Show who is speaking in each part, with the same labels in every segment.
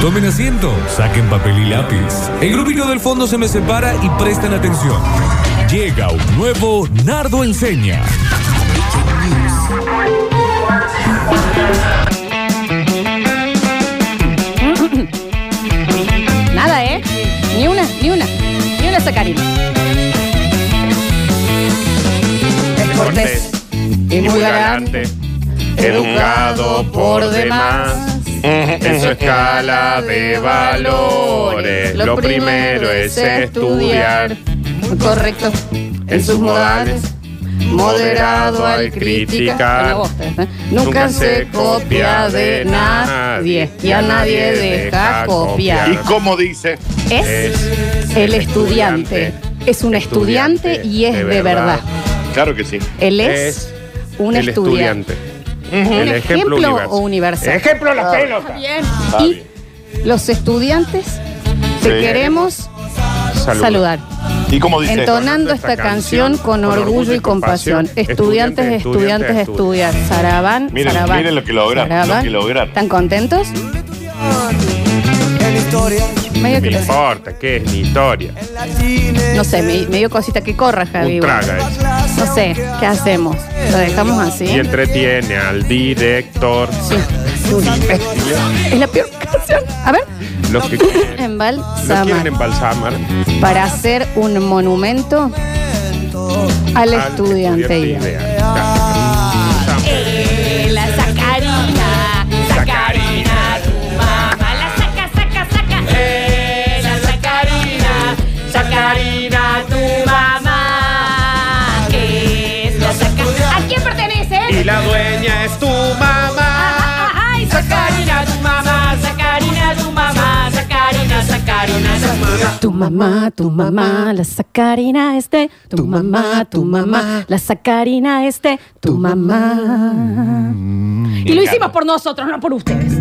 Speaker 1: Tomen asiento, saquen papel y lápiz. El grupito del fondo se me separa y presten atención. Llega un nuevo Nardo Enseña.
Speaker 2: Nada, ¿eh? Ni una, ni una, ni una sacarina. Es
Speaker 3: cortés
Speaker 2: y muy galante,
Speaker 3: educado por demás. En su escala de valores, lo primero es estudiar.
Speaker 2: Correcto.
Speaker 3: En sus modales, moderado al criticar.
Speaker 2: ¿eh? Nunca se copia de nadie y a nadie deja copiar.
Speaker 3: ¿Y cómo dice?
Speaker 2: Es el estudiante. Es un estudiante y es de verdad.
Speaker 3: Claro que sí.
Speaker 2: Él es un
Speaker 3: el
Speaker 2: estudiante.
Speaker 3: El
Speaker 2: ¿Un
Speaker 3: ejemplo,
Speaker 2: ejemplo
Speaker 3: universal.
Speaker 2: o universal? Ah.
Speaker 3: Ejemplo la pelota.
Speaker 2: Bien.
Speaker 3: Está
Speaker 2: Y
Speaker 3: bien.
Speaker 2: los estudiantes te
Speaker 3: Sí.
Speaker 2: queremos
Speaker 3: Saluda.
Speaker 2: saludar.
Speaker 3: ¿Y cómo dice?
Speaker 2: Entonando esta canción con orgullo y compasión. Estudiantes, estudiantes, estudiar. Sarabán,
Speaker 3: Miren,
Speaker 2: Sarabán.
Speaker 3: miren lo que lograron, lo
Speaker 2: Sarabán.
Speaker 3: que lograron.
Speaker 2: ¿Están contentos? Medio que
Speaker 3: No
Speaker 2: lo-
Speaker 3: importa, que es mi historia.
Speaker 2: No sé, me, me dio cosita que corra, Javi.
Speaker 3: Un traga ese.
Speaker 2: No sé, ¿qué hacemos? ¿Lo dejamos así?
Speaker 3: Y entretiene al director.
Speaker 2: Sí. Es la peor canción. A ver.
Speaker 3: Los que quieren,
Speaker 2: En
Speaker 3: lo quieren
Speaker 2: Balsamar.
Speaker 3: embalsamar
Speaker 2: Para hacer un monumento al
Speaker 3: al
Speaker 2: estudiante. ideal.
Speaker 4: La sacarina, sacarina, tu mamá la saca, saca, saca. Eh, la sacarina, sacarina, tu mamá es la saca. ¿A quién pertenece?
Speaker 3: Y la dueña es tu mamá.
Speaker 4: Ay, sacarina, tu mamá, sacarina, tu mamá, sacarina, sacarina, tu mamá.
Speaker 2: Tu mamá, tu mamá, la sacarina este. Tu mamá, tu mamá, la sacarina este. Tu mamá. Y lo hicimos por nosotros, no por ustedes.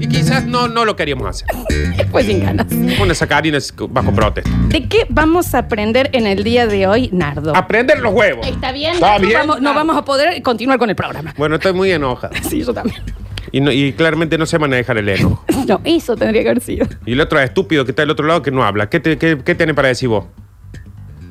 Speaker 3: Y quizás no, no lo queríamos hacer.
Speaker 2: Después Pues sin ganas.
Speaker 3: Una sacarina es bajo protesta.
Speaker 2: ¿De qué vamos a aprender en el día de hoy, Nardo?
Speaker 3: Aprender los huevos.
Speaker 2: ¿Está bien?
Speaker 3: Está
Speaker 2: No
Speaker 3: Ah, bien.
Speaker 2: vamos, no vamos a poder continuar con el programa.
Speaker 3: Bueno, estoy muy enojada.
Speaker 2: Sí, yo también.
Speaker 3: Y, no- y claramente no sé manejar el enojo.
Speaker 2: No, eso tendría que haber sido.
Speaker 3: Y el otro es estúpido que está del otro lado que no habla. ¿Qué, te- qué, qué tiene para decir vos?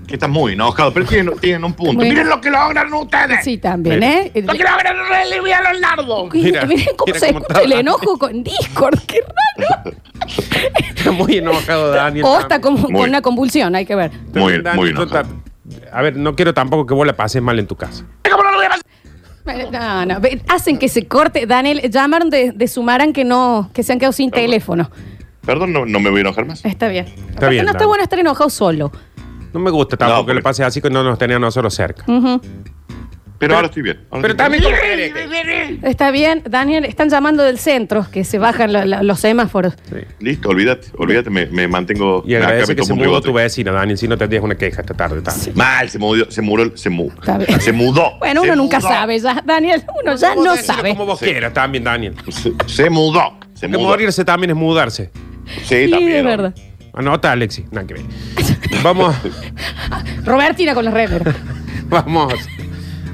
Speaker 5: que estás muy enojado, pero tienen, tienen un punto.
Speaker 2: Bueno.
Speaker 5: Miren lo que lograron ustedes.
Speaker 2: Sí, también, ¿eh?
Speaker 5: Lo que lograron los Leonardo.
Speaker 2: Mira,
Speaker 3: Mira,
Speaker 2: miren cómo
Speaker 3: mira
Speaker 2: se
Speaker 3: cómo
Speaker 2: escucha
Speaker 3: está
Speaker 2: el
Speaker 3: Dani.
Speaker 2: enojo con Discord. Qué raro.
Speaker 3: Está muy enojado, Daniel.
Speaker 2: O está como
Speaker 5: Muy.
Speaker 2: con una convulsión, hay que ver.
Speaker 5: Muy,
Speaker 3: Daniel,
Speaker 5: muy
Speaker 3: yo
Speaker 5: enojado.
Speaker 3: ta- A ver, no quiero tampoco que vos la pases mal en tu casa.
Speaker 2: No, no, ve- hacen que se corte. Daniel, llamaron de, de Sumaran que no, que se han quedado sin
Speaker 5: Perdón.
Speaker 2: teléfono.
Speaker 5: Perdón, no, no me voy a enojar más.
Speaker 2: Está bien.
Speaker 3: Está bien,
Speaker 2: No está
Speaker 3: Daniel.
Speaker 2: bueno estar enojado solo.
Speaker 3: No me gusta tampoco
Speaker 5: No,
Speaker 3: que
Speaker 5: porque-
Speaker 3: lo pases así que no nos tenía a nosotros cerca.
Speaker 2: Ujú.
Speaker 5: Pero ahora estoy bien. ahora
Speaker 3: Pero
Speaker 5: estoy
Speaker 3: también
Speaker 5: bien.
Speaker 3: como gerente.
Speaker 2: Está bien, Daniel, están llamando del centro, que se bajan la- la- los semáforos.
Speaker 5: Listo, olvídate, olvídate, me, me mantengo.
Speaker 3: Y
Speaker 5: acá
Speaker 3: agradece
Speaker 5: me
Speaker 3: que se
Speaker 5: tomo un
Speaker 3: mudó
Speaker 5: bigote.
Speaker 3: tu vecina, Daniel, si no tendrías una queja esta tarde. tarde.
Speaker 5: Mal, se mudó, se mudó, se mudó.
Speaker 2: Está bien.
Speaker 5: Se mudó.
Speaker 2: Bueno,
Speaker 5: se
Speaker 2: uno nunca
Speaker 5: mudó.
Speaker 2: sabe ya, Daniel, uno ya
Speaker 3: Vos
Speaker 2: no
Speaker 3: decilo
Speaker 2: sabe.
Speaker 3: Como vos
Speaker 5: Sí.
Speaker 3: quieras también, Daniel.
Speaker 5: Se, se mudó. Se
Speaker 3: Porque
Speaker 5: mudó.
Speaker 3: morirse también es mudarse.
Speaker 5: Sí,
Speaker 2: Sí,
Speaker 5: también.
Speaker 2: es
Speaker 5: ¿no?
Speaker 2: verdad.
Speaker 3: Anota, Alexi. Nada que ver. Vamos,
Speaker 2: Robertina con los remeras.
Speaker 3: vamos,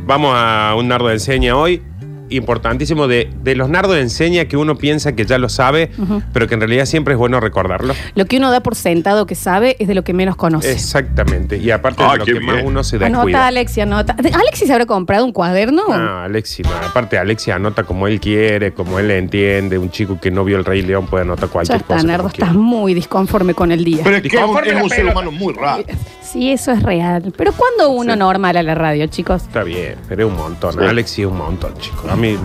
Speaker 3: vamos a un nardo de enseña hoy. Importantísimo de, de los nardos de enseña que uno piensa que ya lo sabe, pero que en realidad siempre es bueno recordarlo.
Speaker 2: Lo que uno da por sentado que sabe es de lo que menos conoce.
Speaker 3: Exactamente. Y aparte
Speaker 5: Ah,
Speaker 3: de lo que
Speaker 5: qué
Speaker 3: más
Speaker 5: bien.
Speaker 3: uno se da
Speaker 2: Anota,
Speaker 3: cuenta.
Speaker 2: Alexia, anota. ¿Alexis habrá comprado un cuaderno?
Speaker 3: No, Alexi, no. aparte Alexi anota como él quiere, como él entiende. Un chico que no vio el Rey León puede anotar
Speaker 2: ya
Speaker 3: cualquier
Speaker 2: está,
Speaker 3: cosa.
Speaker 2: Nardo,
Speaker 3: como quiera.
Speaker 2: estás muy disconforme con el día.
Speaker 5: Pero es que es un,
Speaker 3: Disconforme
Speaker 5: es
Speaker 3: la
Speaker 5: un ser
Speaker 3: pelota.
Speaker 5: humano muy raro.
Speaker 2: Sí, eso es real. Pero cuando uno
Speaker 3: Sí.
Speaker 2: normal a la radio, chicos?
Speaker 3: Está bien, pero es un montón.
Speaker 5: Sí.
Speaker 3: Alexi es un montón, chico. A mí,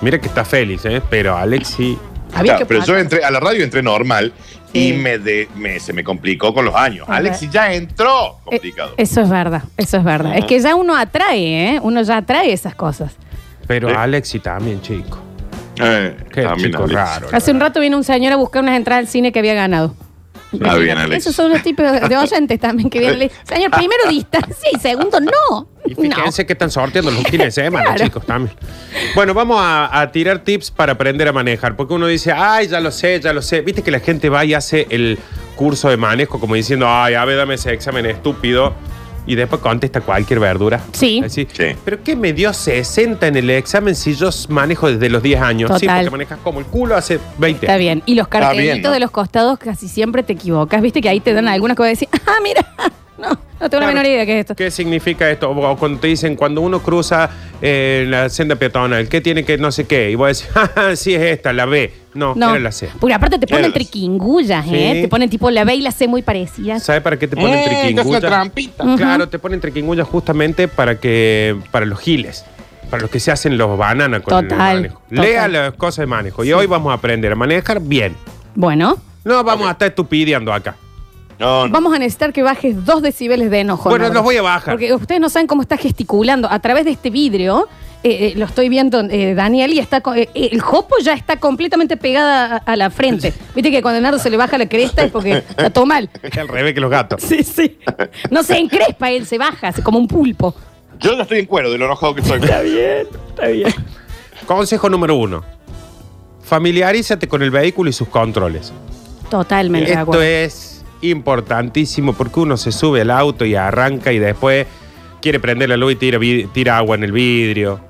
Speaker 3: mira que está feliz, ¿eh? Pero Alexi.
Speaker 2: Había
Speaker 5: Claro,
Speaker 2: que
Speaker 5: pero yo
Speaker 2: pagar.
Speaker 5: entré a la radio entré normal
Speaker 2: Sí.
Speaker 5: y me de- me- se me complicó con los años.
Speaker 2: Ajá.
Speaker 5: Alexis ya entró
Speaker 2: Eh,
Speaker 5: complicado.
Speaker 2: Eso es verdad, eso es verdad. Es que ya uno atrae, ¿eh? Uno ya atrae esas cosas.
Speaker 3: Pero
Speaker 5: Sí.
Speaker 3: Alexi también, chico.
Speaker 5: Eh,
Speaker 3: Qué
Speaker 5: también
Speaker 3: chico
Speaker 5: Alexis.
Speaker 3: raro.
Speaker 2: Hace un rato vino un señor a buscar unas entradas al cine que había ganado.
Speaker 5: Está bien, Alexis.
Speaker 2: Esos son los tipos de oyentes también que vienen. Señor, primero distancia y segundo no.
Speaker 3: Y fíjense que están sorteando los fines de semana,
Speaker 2: Claro.
Speaker 3: chicos, también. Bueno, vamos a, a tirar tips para aprender a manejar. Porque uno dice, ay, ya lo sé, ya lo sé. Viste que la gente va y hace el curso de manejo como diciendo, ay, a ver, dame ese examen estúpido. Y después contesta cualquier verdura.
Speaker 4: Sí.
Speaker 3: Así,
Speaker 5: Sí.
Speaker 3: ¿Pero qué me dio 60 en el examen si yo manejo desde los 10 años? Sí,
Speaker 4: Total.
Speaker 3: porque manejas como el culo hace 20.
Speaker 4: Está bien. Y los
Speaker 5: Está bien,
Speaker 4: cartelitos
Speaker 5: ¿no?
Speaker 4: de los costados casi siempre te equivocas. Viste que ahí te dan algunas cosas y decís, ah, mira, no, no tengo la
Speaker 3: Claro.
Speaker 4: menor idea qué es esto.
Speaker 3: ¿Qué significa esto? O cuando te dicen, cuando uno cruza eh, la senda peatonal, ¿qué tiene que no sé qué? Y vos decís, "Ja, ja, sí es esta, la B. No,
Speaker 4: No.
Speaker 3: era la C.
Speaker 4: Porque aparte te
Speaker 5: Era
Speaker 4: ponen
Speaker 5: la C.
Speaker 4: triquingullas, ¿eh?
Speaker 3: Sí.
Speaker 4: Te ponen tipo la B y la C muy parecidas.
Speaker 3: ¿Sabe para qué te ponen
Speaker 5: Eh, te hace la
Speaker 3: triquingullas?
Speaker 5: trampita.
Speaker 3: Claro, te ponen triquingullas justamente para que para los giles, para los que se hacen los bananas con el
Speaker 4: Total,
Speaker 3: manejo.
Speaker 4: total.
Speaker 3: Lea las cosas de manejo. Y hoy vamos a aprender a manejar bien.
Speaker 4: Bueno,
Speaker 3: No vamos a estar estupideando acá.
Speaker 5: No, no.
Speaker 4: vamos a necesitar que bajes dos decibeles de enojo.
Speaker 3: Bueno,
Speaker 4: Nardo.
Speaker 3: los voy a bajar.
Speaker 4: Porque ustedes no saben cómo está gesticulando. A través de este vidrio, eh, eh, lo estoy viendo, eh, Daniel, y está co- eh, eh, el jopo ya está completamente pegada a, a la frente. Viste que cuando a Nardo se le baja la cresta es porque está todo mal.
Speaker 3: Es al revés que los gatos.
Speaker 4: Sí, sí. No se encrespa él, se baja, se- como un pulpo.
Speaker 5: Yo ya estoy en cuero de lo enojado que estoy.
Speaker 3: Consejo número uno. Familiarízate con el vehículo y sus controles.
Speaker 4: Totalmente de
Speaker 2: Eh,
Speaker 3: Esto
Speaker 4: acuerdo.
Speaker 3: es importantísimo porque uno se sube al auto y arranca y después quiere prender la luz y tira, vid- tira agua en el vidrio.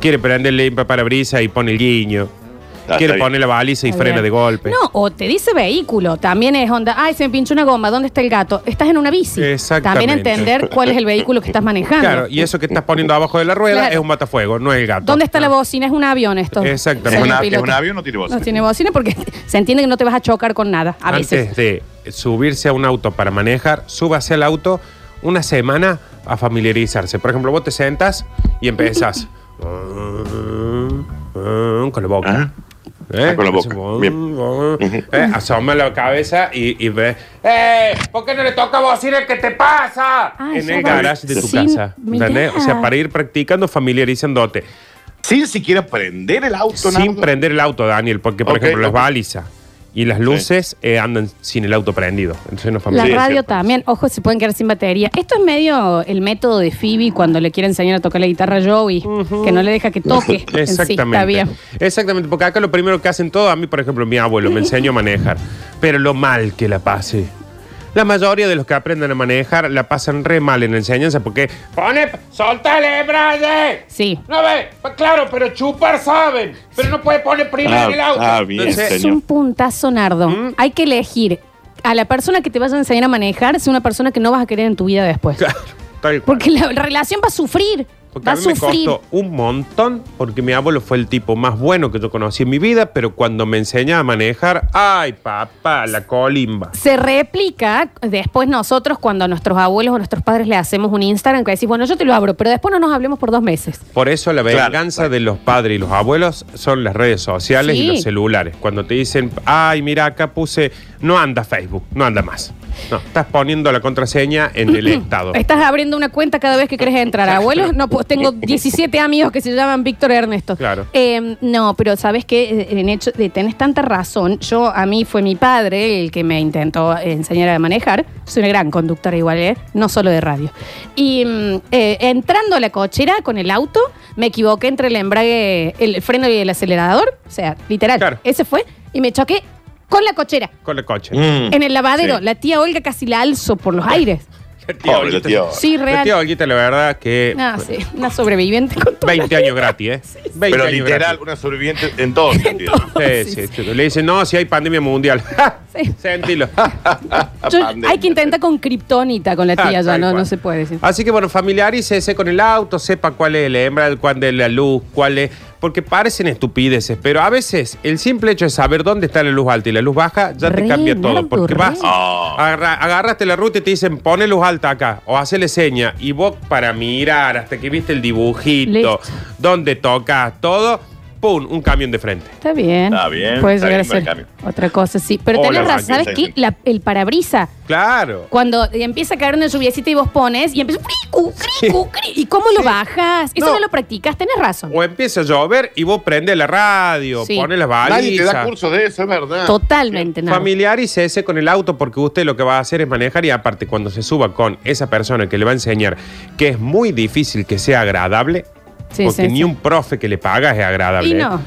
Speaker 3: Quiere prender el limpiaparabrisas y pone el guiño.
Speaker 5: Ah, está
Speaker 3: quiere
Speaker 5: bien.
Speaker 3: poner la baliza y
Speaker 4: Está
Speaker 3: frena
Speaker 4: bien.
Speaker 3: de golpe.
Speaker 4: No, o te dice vehículo, también es onda, ay, se me pinchó una goma, ¿dónde está el gato? Estás en una bici.
Speaker 3: Exactamente.
Speaker 4: También entender cuál es el vehículo que estás manejando.
Speaker 3: Claro, y eso que estás poniendo abajo de la rueda
Speaker 4: Claro.
Speaker 3: es un matafuego, no es el gato.
Speaker 4: ¿Dónde está la bocina? Es un avión esto.
Speaker 3: Exactamente.
Speaker 5: Es,
Speaker 4: Señor
Speaker 5: una- es
Speaker 4: piloto.
Speaker 5: un avión, no tiene voz.
Speaker 4: No tiene bocina porque se entiende que no te vas a chocar con nada a veces.
Speaker 3: Antes de subirse a un auto para manejar, súbase al auto una semana a familiarizarse. Por ejemplo, vos te sentas y empezás mm, mm, con la boca.
Speaker 5: Ah.
Speaker 3: ¿Eh?
Speaker 5: Ah, con la boca.
Speaker 3: Haces,
Speaker 5: Bien.
Speaker 3: mm, mm, eh, asoma la cabeza y, y ve. ¡Eh! ¿Por qué no le toca bocina el que te pasa?
Speaker 4: Ah,
Speaker 3: en
Speaker 4: ya
Speaker 3: el
Speaker 4: va.
Speaker 3: garage de tu
Speaker 4: Sin-
Speaker 3: casa.
Speaker 4: mirá.
Speaker 3: ¿Entendés? O sea, para ir practicando, familiarizándote.
Speaker 5: Sin siquiera prender el auto,
Speaker 3: Sin
Speaker 5: Nardo.
Speaker 3: prender el auto, Daniel, porque, por
Speaker 5: Ok,
Speaker 3: ejemplo, las
Speaker 5: ok.
Speaker 3: balizas y las luces eh, andan sin el auto prendido. Entonces no
Speaker 4: La
Speaker 5: Sí,
Speaker 3: familiarizan.
Speaker 5: es
Speaker 4: radio
Speaker 5: cierto.
Speaker 4: también, ojo, se pueden quedar sin batería. Esto es medio el método de Phoebe cuando le quiere enseñar a tocar la guitarra a Joey, que no le deja que toque. En sí,
Speaker 3: Exactamente.
Speaker 4: está bien.
Speaker 3: Exactamente, porque acá lo primero que hacen todo, a mí, por ejemplo, mi abuelo me enseñó a manejar, pero lo mal que la pase. La mayoría de los que aprenden a manejar la pasan re mal en la enseñanza porque pone, soltale, Braille.
Speaker 4: Sí.
Speaker 3: No ve, pa- claro, pero chupar saben, pero no puede poner primero
Speaker 5: Ah,
Speaker 3: el auto.
Speaker 5: ah, bien,
Speaker 3: Entonces,
Speaker 4: Es
Speaker 5: Señor.
Speaker 4: un puntazo, Nardo.
Speaker 3: ¿Mm?
Speaker 4: Hay que elegir a la persona que te vaya a enseñar a manejar es una persona que no vas a querer en tu vida después.
Speaker 3: claro, tal cual.
Speaker 4: Porque la relación va a sufrir.
Speaker 3: Porque
Speaker 4: Va
Speaker 3: a
Speaker 4: a
Speaker 3: mí me
Speaker 4: sufrir.
Speaker 3: costó un montón, porque mi abuelo fue el tipo más bueno que yo conocí en mi vida, pero cuando me enseñaba a manejar, ay, papá, la colimba.
Speaker 4: Se replica después nosotros cuando a nuestros abuelos o nuestros padres le hacemos un Instagram que decís, bueno, yo te lo abro, pero después no nos hablemos por dos meses.
Speaker 3: Por eso la
Speaker 5: Claro.
Speaker 3: venganza de los padres y los abuelos son las redes sociales
Speaker 4: Sí.
Speaker 3: y los celulares. Cuando te dicen, ay, mira, acá puse, no anda Facebook, no anda más. No, estás poniendo la contraseña en el estado.
Speaker 4: Estás abriendo una cuenta cada vez que querés entrar. Abuelos, no, pues, tengo 17 amigos que se llaman Víctor Ernesto.
Speaker 3: Claro.
Speaker 4: Eh, no, pero sabes que en hecho de tenés tanta razón. Yo, a mí fue mi padre el que me intentó enseñar a manejar. Soy una gran conductora igual, ¿eh? no solo de radio. Y mm, eh, entrando a la cochera con el auto, me equivoqué entre el embrague, el freno y el acelerador. O sea, literal.
Speaker 3: Claro.
Speaker 4: Ese fue. Y me choqué con la cochera.
Speaker 3: Con el coche.
Speaker 5: Mm.
Speaker 4: En el lavadero,
Speaker 5: Sí.
Speaker 4: la tía Olga casi la alzo por los aires.
Speaker 5: Pobre tío.
Speaker 4: Sí,
Speaker 3: La
Speaker 4: real.
Speaker 3: tía Olguita, la verdad que...
Speaker 4: Ah, sí, una sobreviviente con todo.
Speaker 3: 20 años gratis, ¿eh? 20
Speaker 5: Pero
Speaker 3: años
Speaker 5: literal,
Speaker 3: gratis.
Speaker 5: una sobreviviente en todo sentido.
Speaker 3: Sí,
Speaker 4: Sí,
Speaker 3: sí, sí. Le dicen, no, si hay pandemia mundial.
Speaker 4: Sí.
Speaker 3: Sentilo.
Speaker 4: Yo-
Speaker 5: Pandemia.
Speaker 4: hay que intentar con kriptonita con la
Speaker 3: Ah,
Speaker 4: tía, ya
Speaker 3: tal
Speaker 4: no, no
Speaker 3: cual. Ah,
Speaker 4: se puede decir.
Speaker 3: Así que bueno, familiarícese con el auto, sepa cuál es el hembra, cuál es la luz, cuál es. Porque parecen estupideces, pero a veces el simple hecho de saber dónde está la luz alta y la luz baja ya
Speaker 4: Re,
Speaker 3: te cambia todo.
Speaker 4: Nardo,
Speaker 3: Porque
Speaker 4: re.
Speaker 3: vas,
Speaker 5: Ah.
Speaker 3: agarra- agarraste la ruta y te dicen pone luz alta acá o hacele seña. Y vos, para mirar hasta que viste el dibujito,
Speaker 4: Listo.
Speaker 3: dónde tocas todo, ¡pum! Un camión de frente.
Speaker 4: Está bien.
Speaker 5: Está bien,
Speaker 4: Puede
Speaker 5: está
Speaker 4: llegar
Speaker 5: bien,
Speaker 4: a
Speaker 5: no hay
Speaker 4: ser otra cosa, sí. Pero
Speaker 3: O
Speaker 4: tenés
Speaker 3: la
Speaker 4: razón,
Speaker 5: banqueta,
Speaker 4: ¿sabes qué?
Speaker 5: sí.
Speaker 4: La- el parabrisa.
Speaker 3: Claro.
Speaker 4: Cuando empieza a caer una lluviecita y vos pones y empieza. "Cricu, cricu, cri-". ¿Y cómo lo bajas? Eso no.
Speaker 3: No.
Speaker 4: lo practicas, tenés razón.
Speaker 3: O empieza a llover y vos prende la radio,
Speaker 4: Sí.
Speaker 3: pones las
Speaker 5: Nadie te da
Speaker 3: balizas.
Speaker 5: curso de eso, es verdad.
Speaker 3: eh,
Speaker 4: Totalmente, Nardo.
Speaker 3: Familiar y ese con el auto porque usted lo que va a hacer es manejar y aparte cuando se suba con esa persona que le va a enseñar que es muy difícil que sea agradable,
Speaker 4: Sí,
Speaker 3: porque
Speaker 4: sí,
Speaker 3: ni
Speaker 4: sí.
Speaker 3: un profe que le paga es agradable.
Speaker 4: Y
Speaker 3: ¿eh?
Speaker 4: no.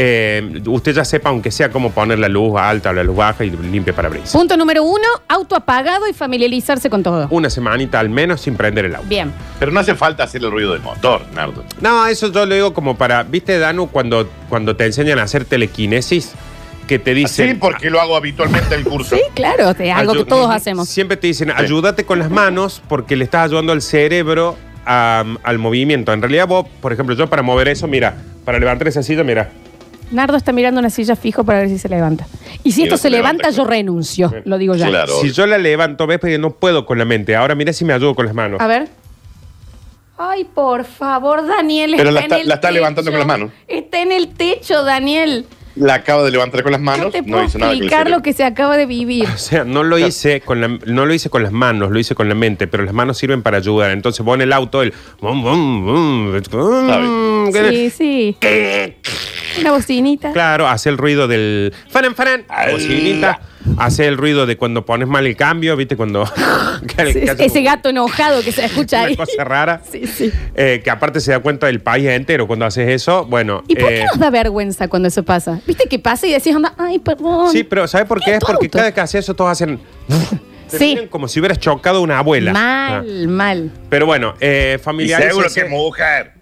Speaker 3: eh, usted ya sepa, aunque sea cómo poner la luz alta o la luz baja y limpia para brisa.
Speaker 4: Punto número uno, auto apagado y familiarizarse con todo.
Speaker 3: Una semanita al menos sin prender el agua.
Speaker 4: Bien.
Speaker 5: Pero no hace falta hacer el ruido del motor, Nardo.
Speaker 3: No, eso yo lo digo como para, ¿viste, Danu, cuando, cuando te enseñan a hacer telequinesis? Que te dicen.
Speaker 5: Ah, Sí, porque lo hago habitualmente en el curso.
Speaker 4: Sí, claro, es algo que
Speaker 3: Ayu-
Speaker 4: todos hacemos.
Speaker 3: Siempre te dicen, ayúdate con las manos porque le estás ayudando al cerebro a- al movimiento. En realidad vos, por ejemplo, yo para mover eso, mira, para levantar esa silla, mira.
Speaker 4: Nardo está mirando una silla fijo para ver si se levanta. Y si
Speaker 5: Y
Speaker 4: esto
Speaker 5: no
Speaker 4: se
Speaker 5: se
Speaker 4: levanta,
Speaker 5: levanta,
Speaker 4: yo renuncio, lo digo ya.
Speaker 5: Claro.
Speaker 3: Si yo la levanto, ves, porque no puedo con la mente. Ahora mira si me ayudo con las manos.
Speaker 4: A ver. Ay, por favor, Daniel.
Speaker 5: Pero la
Speaker 4: en
Speaker 5: está-
Speaker 4: el
Speaker 5: la está levantando con las manos.
Speaker 4: Está en el techo, Daniel.
Speaker 5: La acabo de levantar con las
Speaker 4: No
Speaker 5: manos.
Speaker 4: te puedo
Speaker 5: Ah, No hizo nada con el
Speaker 4: explicar lo
Speaker 5: cerebro.
Speaker 4: que se acaba de vivir.
Speaker 3: O sea, no lo hice con la, no lo hice con las manos, lo hice con la mente, pero las manos sirven para ayudar. Entonces vos en el auto el bum, bum, bum, bum,
Speaker 4: Sí, sí. Una bocinita.
Speaker 3: Claro, hace el ruido del faran faran, bocinita, hace el ruido de cuando pones mal el cambio, ¿viste? Cuando que-
Speaker 4: Sí,
Speaker 3: que hace
Speaker 4: Ese gato enojado que se escucha
Speaker 3: una
Speaker 4: ahí.
Speaker 3: cosa rara.
Speaker 4: Sí, sí.
Speaker 3: Eh, que aparte se da cuenta del país entero cuando haces eso. Bueno,
Speaker 4: ¿Y por qué
Speaker 3: eh,
Speaker 4: nos da vergüenza cuando eso pasa? ¿Viste que pasa y decís, anda, ay, perdón?
Speaker 3: sí, pero ¿sabes por qué?
Speaker 4: Es
Speaker 3: Es
Speaker 4: tu
Speaker 3: porque
Speaker 4: auto.
Speaker 3: cada que haces eso todos hacen te
Speaker 4: Sí.
Speaker 3: miran como si hubieras chocado a una abuela. Ah.
Speaker 4: Mal, mal.
Speaker 3: Pero bueno, eh,
Speaker 5: Y
Speaker 3: familiares.
Speaker 5: seguro
Speaker 3: ese-
Speaker 5: que es mujer.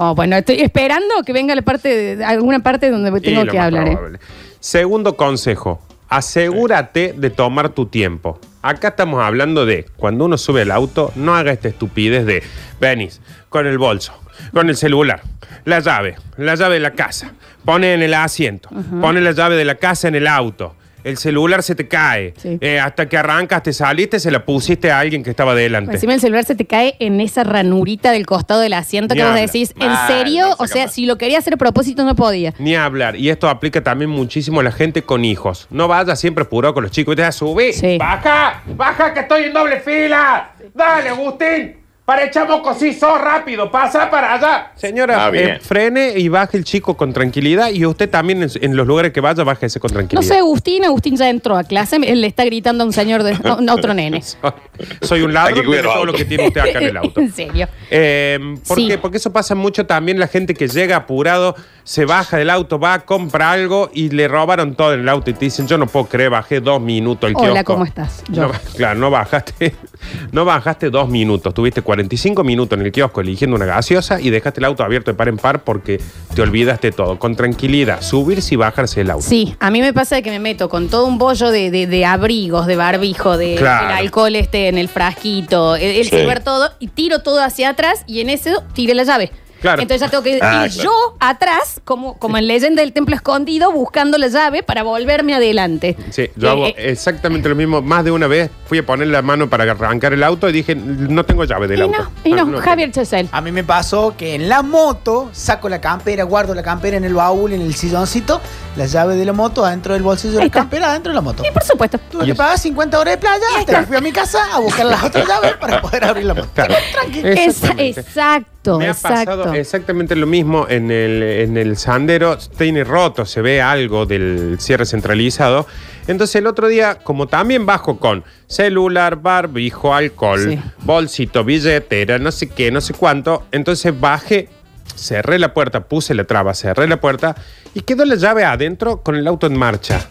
Speaker 4: Oh, bueno, estoy esperando que venga la parte de, alguna parte donde
Speaker 3: y
Speaker 4: tengo
Speaker 3: lo
Speaker 4: que
Speaker 3: más
Speaker 4: hablar. ¿eh?
Speaker 3: probable. Segundo consejo, asegúrate de tomar tu tiempo. Acá estamos hablando de cuando uno sube el auto, no haga esta estupidez de venís con el bolso, con el celular, la llave, la llave de la casa, pone en el asiento, pone la llave de la casa en el auto. El celular se te cae.
Speaker 4: Sí.
Speaker 3: Eh, hasta que arrancas, te saliste, se la pusiste a alguien que estaba delante.
Speaker 4: Encima el celular se te cae en esa ranurita del costado del asiento
Speaker 3: Ni
Speaker 4: que vos
Speaker 3: habla.
Speaker 4: decís, ¿en
Speaker 5: Mal,
Speaker 4: serio?
Speaker 5: no se
Speaker 4: o sea,
Speaker 5: capaz.
Speaker 4: si lo quería hacer a propósito no podía.
Speaker 3: Ni hablar. Y esto aplica también muchísimo a la gente con hijos. No vaya siempre apurado con los chicos. Te vas a subir.
Speaker 4: Sí.
Speaker 3: Baja, baja que estoy en doble fila. Dale, Agustín. Para echar mocosizos rápido. Pasa para allá. Señora,
Speaker 5: Ah, bien.
Speaker 3: eh, frene y baje el chico con tranquilidad. Y usted también en, en los lugares que vaya, bájese con
Speaker 4: No
Speaker 3: tranquilidad.
Speaker 4: sé, Agustín, Agustín ya entró a clase, él le está gritando a un señor de a un- a otro nene.
Speaker 3: Soy un ladrón
Speaker 5: Hay que
Speaker 3: de
Speaker 5: cuidar los
Speaker 3: todo lo
Speaker 5: autos.
Speaker 3: que tiene usted acá en el auto.
Speaker 4: en serio.
Speaker 3: Eh, ¿por
Speaker 4: Sí.
Speaker 3: qué? Porque eso pasa mucho también la gente que llega apurado, se baja del auto, va, compra algo y le robaron todo en el auto y te dicen, yo no puedo creer, bajé dos minutos el
Speaker 4: Hola,
Speaker 3: kiosco".
Speaker 4: ¿cómo estás? Yo.
Speaker 3: No, claro, no bajaste, no bajaste dos minutos, tuviste 45 minutos en el kiosco eligiendo una gaseosa y dejaste el auto abierto de par en par porque te olvidaste todo. Con tranquilidad, subirse y bajarse del auto.
Speaker 4: Sí, a mí me pasa que me meto con todo un bollo de, de- de abrigos, de barbijo, de
Speaker 3: Claro.
Speaker 4: el alcohol este en el frasquito, el, el
Speaker 5: Sí.
Speaker 4: silver todo, y tiro todo hacia atrás y en eso tiré la llave.
Speaker 3: Claro.
Speaker 4: Entonces ya tengo que ir
Speaker 5: Ah, claro.
Speaker 4: yo atrás, como, como en Leyenda del Templo Escondido, buscando la llave para volverme adelante.
Speaker 3: Sí, yo
Speaker 4: Eh,
Speaker 3: hago
Speaker 4: eh,
Speaker 3: exactamente lo mismo. Más de una vez fui a poner la mano para arrancar el auto y dije, no tengo llave del
Speaker 4: y
Speaker 3: auto.
Speaker 4: no, y
Speaker 3: Ah,
Speaker 4: no,
Speaker 3: no
Speaker 4: Javier Chesel.
Speaker 6: A mí me pasó que en la moto saco la campera, guardo la campera en el baúl, en el silloncito, la llave de la moto adentro del bolsillo de
Speaker 4: Ahí
Speaker 6: la
Speaker 4: está.
Speaker 6: campera, adentro de la moto.
Speaker 4: Y por supuesto.
Speaker 6: Tuve que pagar 50 horas de playa hasta que fui a mi casa a buscar las otras llaves para poder abrir la moto.
Speaker 3: Claro.
Speaker 6: Tranqui.
Speaker 4: Esa-
Speaker 3: Exactamente.
Speaker 4: exacto,
Speaker 3: Me ha
Speaker 4: exacto.
Speaker 3: pasado exactamente lo mismo en el, en el sandero. Tiene roto, se ve algo del cierre centralizado. Entonces el otro día, como también bajo con celular, barbijo, alcohol,
Speaker 4: Sí.
Speaker 3: bolsito, billetera, no sé qué, no sé cuánto, entonces bajé, cerré la puerta, puse la traba, cerré la puerta y quedó la llave adentro con el auto en marcha.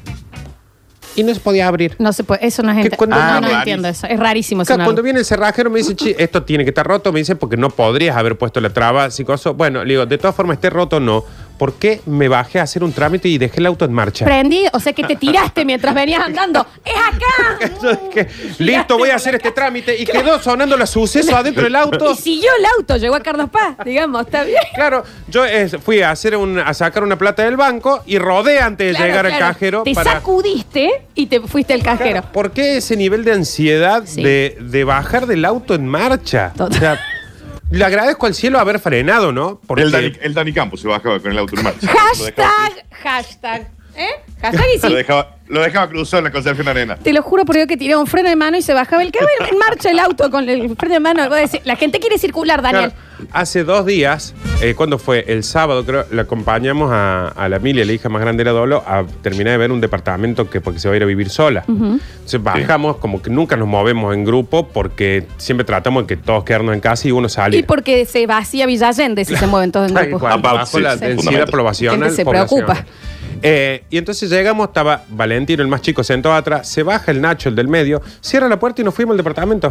Speaker 3: Y no se podía abrir.
Speaker 4: No se puede, eso no es ent-
Speaker 3: Que cuando
Speaker 4: no,
Speaker 3: viene-
Speaker 4: no
Speaker 5: rarísimo.
Speaker 4: entiendo eso. Es rarísimo
Speaker 3: Claro,
Speaker 4: sonar.
Speaker 3: cuando viene el cerrajero me dice, "Che, esto tiene que estar roto, me dice, porque no podrías haber puesto la traba, psicoso. Bueno, le digo, de todas formas, esté roto o no, ¿por qué me bajé a hacer un trámite y dejé el auto en marcha?
Speaker 4: Prendí, o sea que te tiraste mientras venías andando. ¡Es acá!
Speaker 3: Yo dije, listo, voy a hacer este trámite. Y quedó sonando la suceso adentro del auto.
Speaker 4: Y siguió el auto, llegó a Carlos Paz, digamos, está bien.
Speaker 3: Claro, yo eh, fui a hacer un, a sacar una plata del banco y rodé antes de
Speaker 4: Claro,
Speaker 3: llegar
Speaker 4: claro.
Speaker 3: al cajero.
Speaker 4: Te sacudiste y te fuiste al cajero.
Speaker 3: ¿Por qué ese nivel de ansiedad
Speaker 4: Sí.
Speaker 3: de, de bajar del auto en marcha?
Speaker 4: Total.
Speaker 3: O sea, le agradezco al cielo haber frenado, ¿no?
Speaker 5: El Dani, el Dani Campos se bajaba con el auto en marcha. Lo dejaba-
Speaker 4: Hashtag, hashtag. ¿Eh? Hashtag y sí.
Speaker 5: Lo dejaba, lo dejaba cruzado en la Concepción Arena.
Speaker 4: Te lo juro por Dios que tiraba un freno de mano y se bajaba el cable en marcha el auto con el freno de mano. Voy a decir, la gente quiere circular, Daniel.
Speaker 3: Claro, hace dos días, eh, cuando fue el sábado, creo, la acompañamos a, a la Emilia, la hija más grande de la Dolo, a terminar de ver un departamento que porque se va a ir a vivir sola. Entonces bajamos, como que nunca nos movemos en grupo porque siempre tratamos de que todos quedarnos en casa y uno sale.
Speaker 4: Y porque se vacía Villallende si se mueven todos en grupo.
Speaker 5: About
Speaker 3: bajo la
Speaker 5: six,
Speaker 3: densidad
Speaker 5: fundamental.
Speaker 3: poblacional.
Speaker 4: Gente se
Speaker 3: poblacional.
Speaker 4: preocupa.
Speaker 3: Eh, y entonces llegamos, estaba Valentino, el más chico, sentado atrás, se baja el Nacho, el del medio, cierra la puerta y nos fuimos al departamento.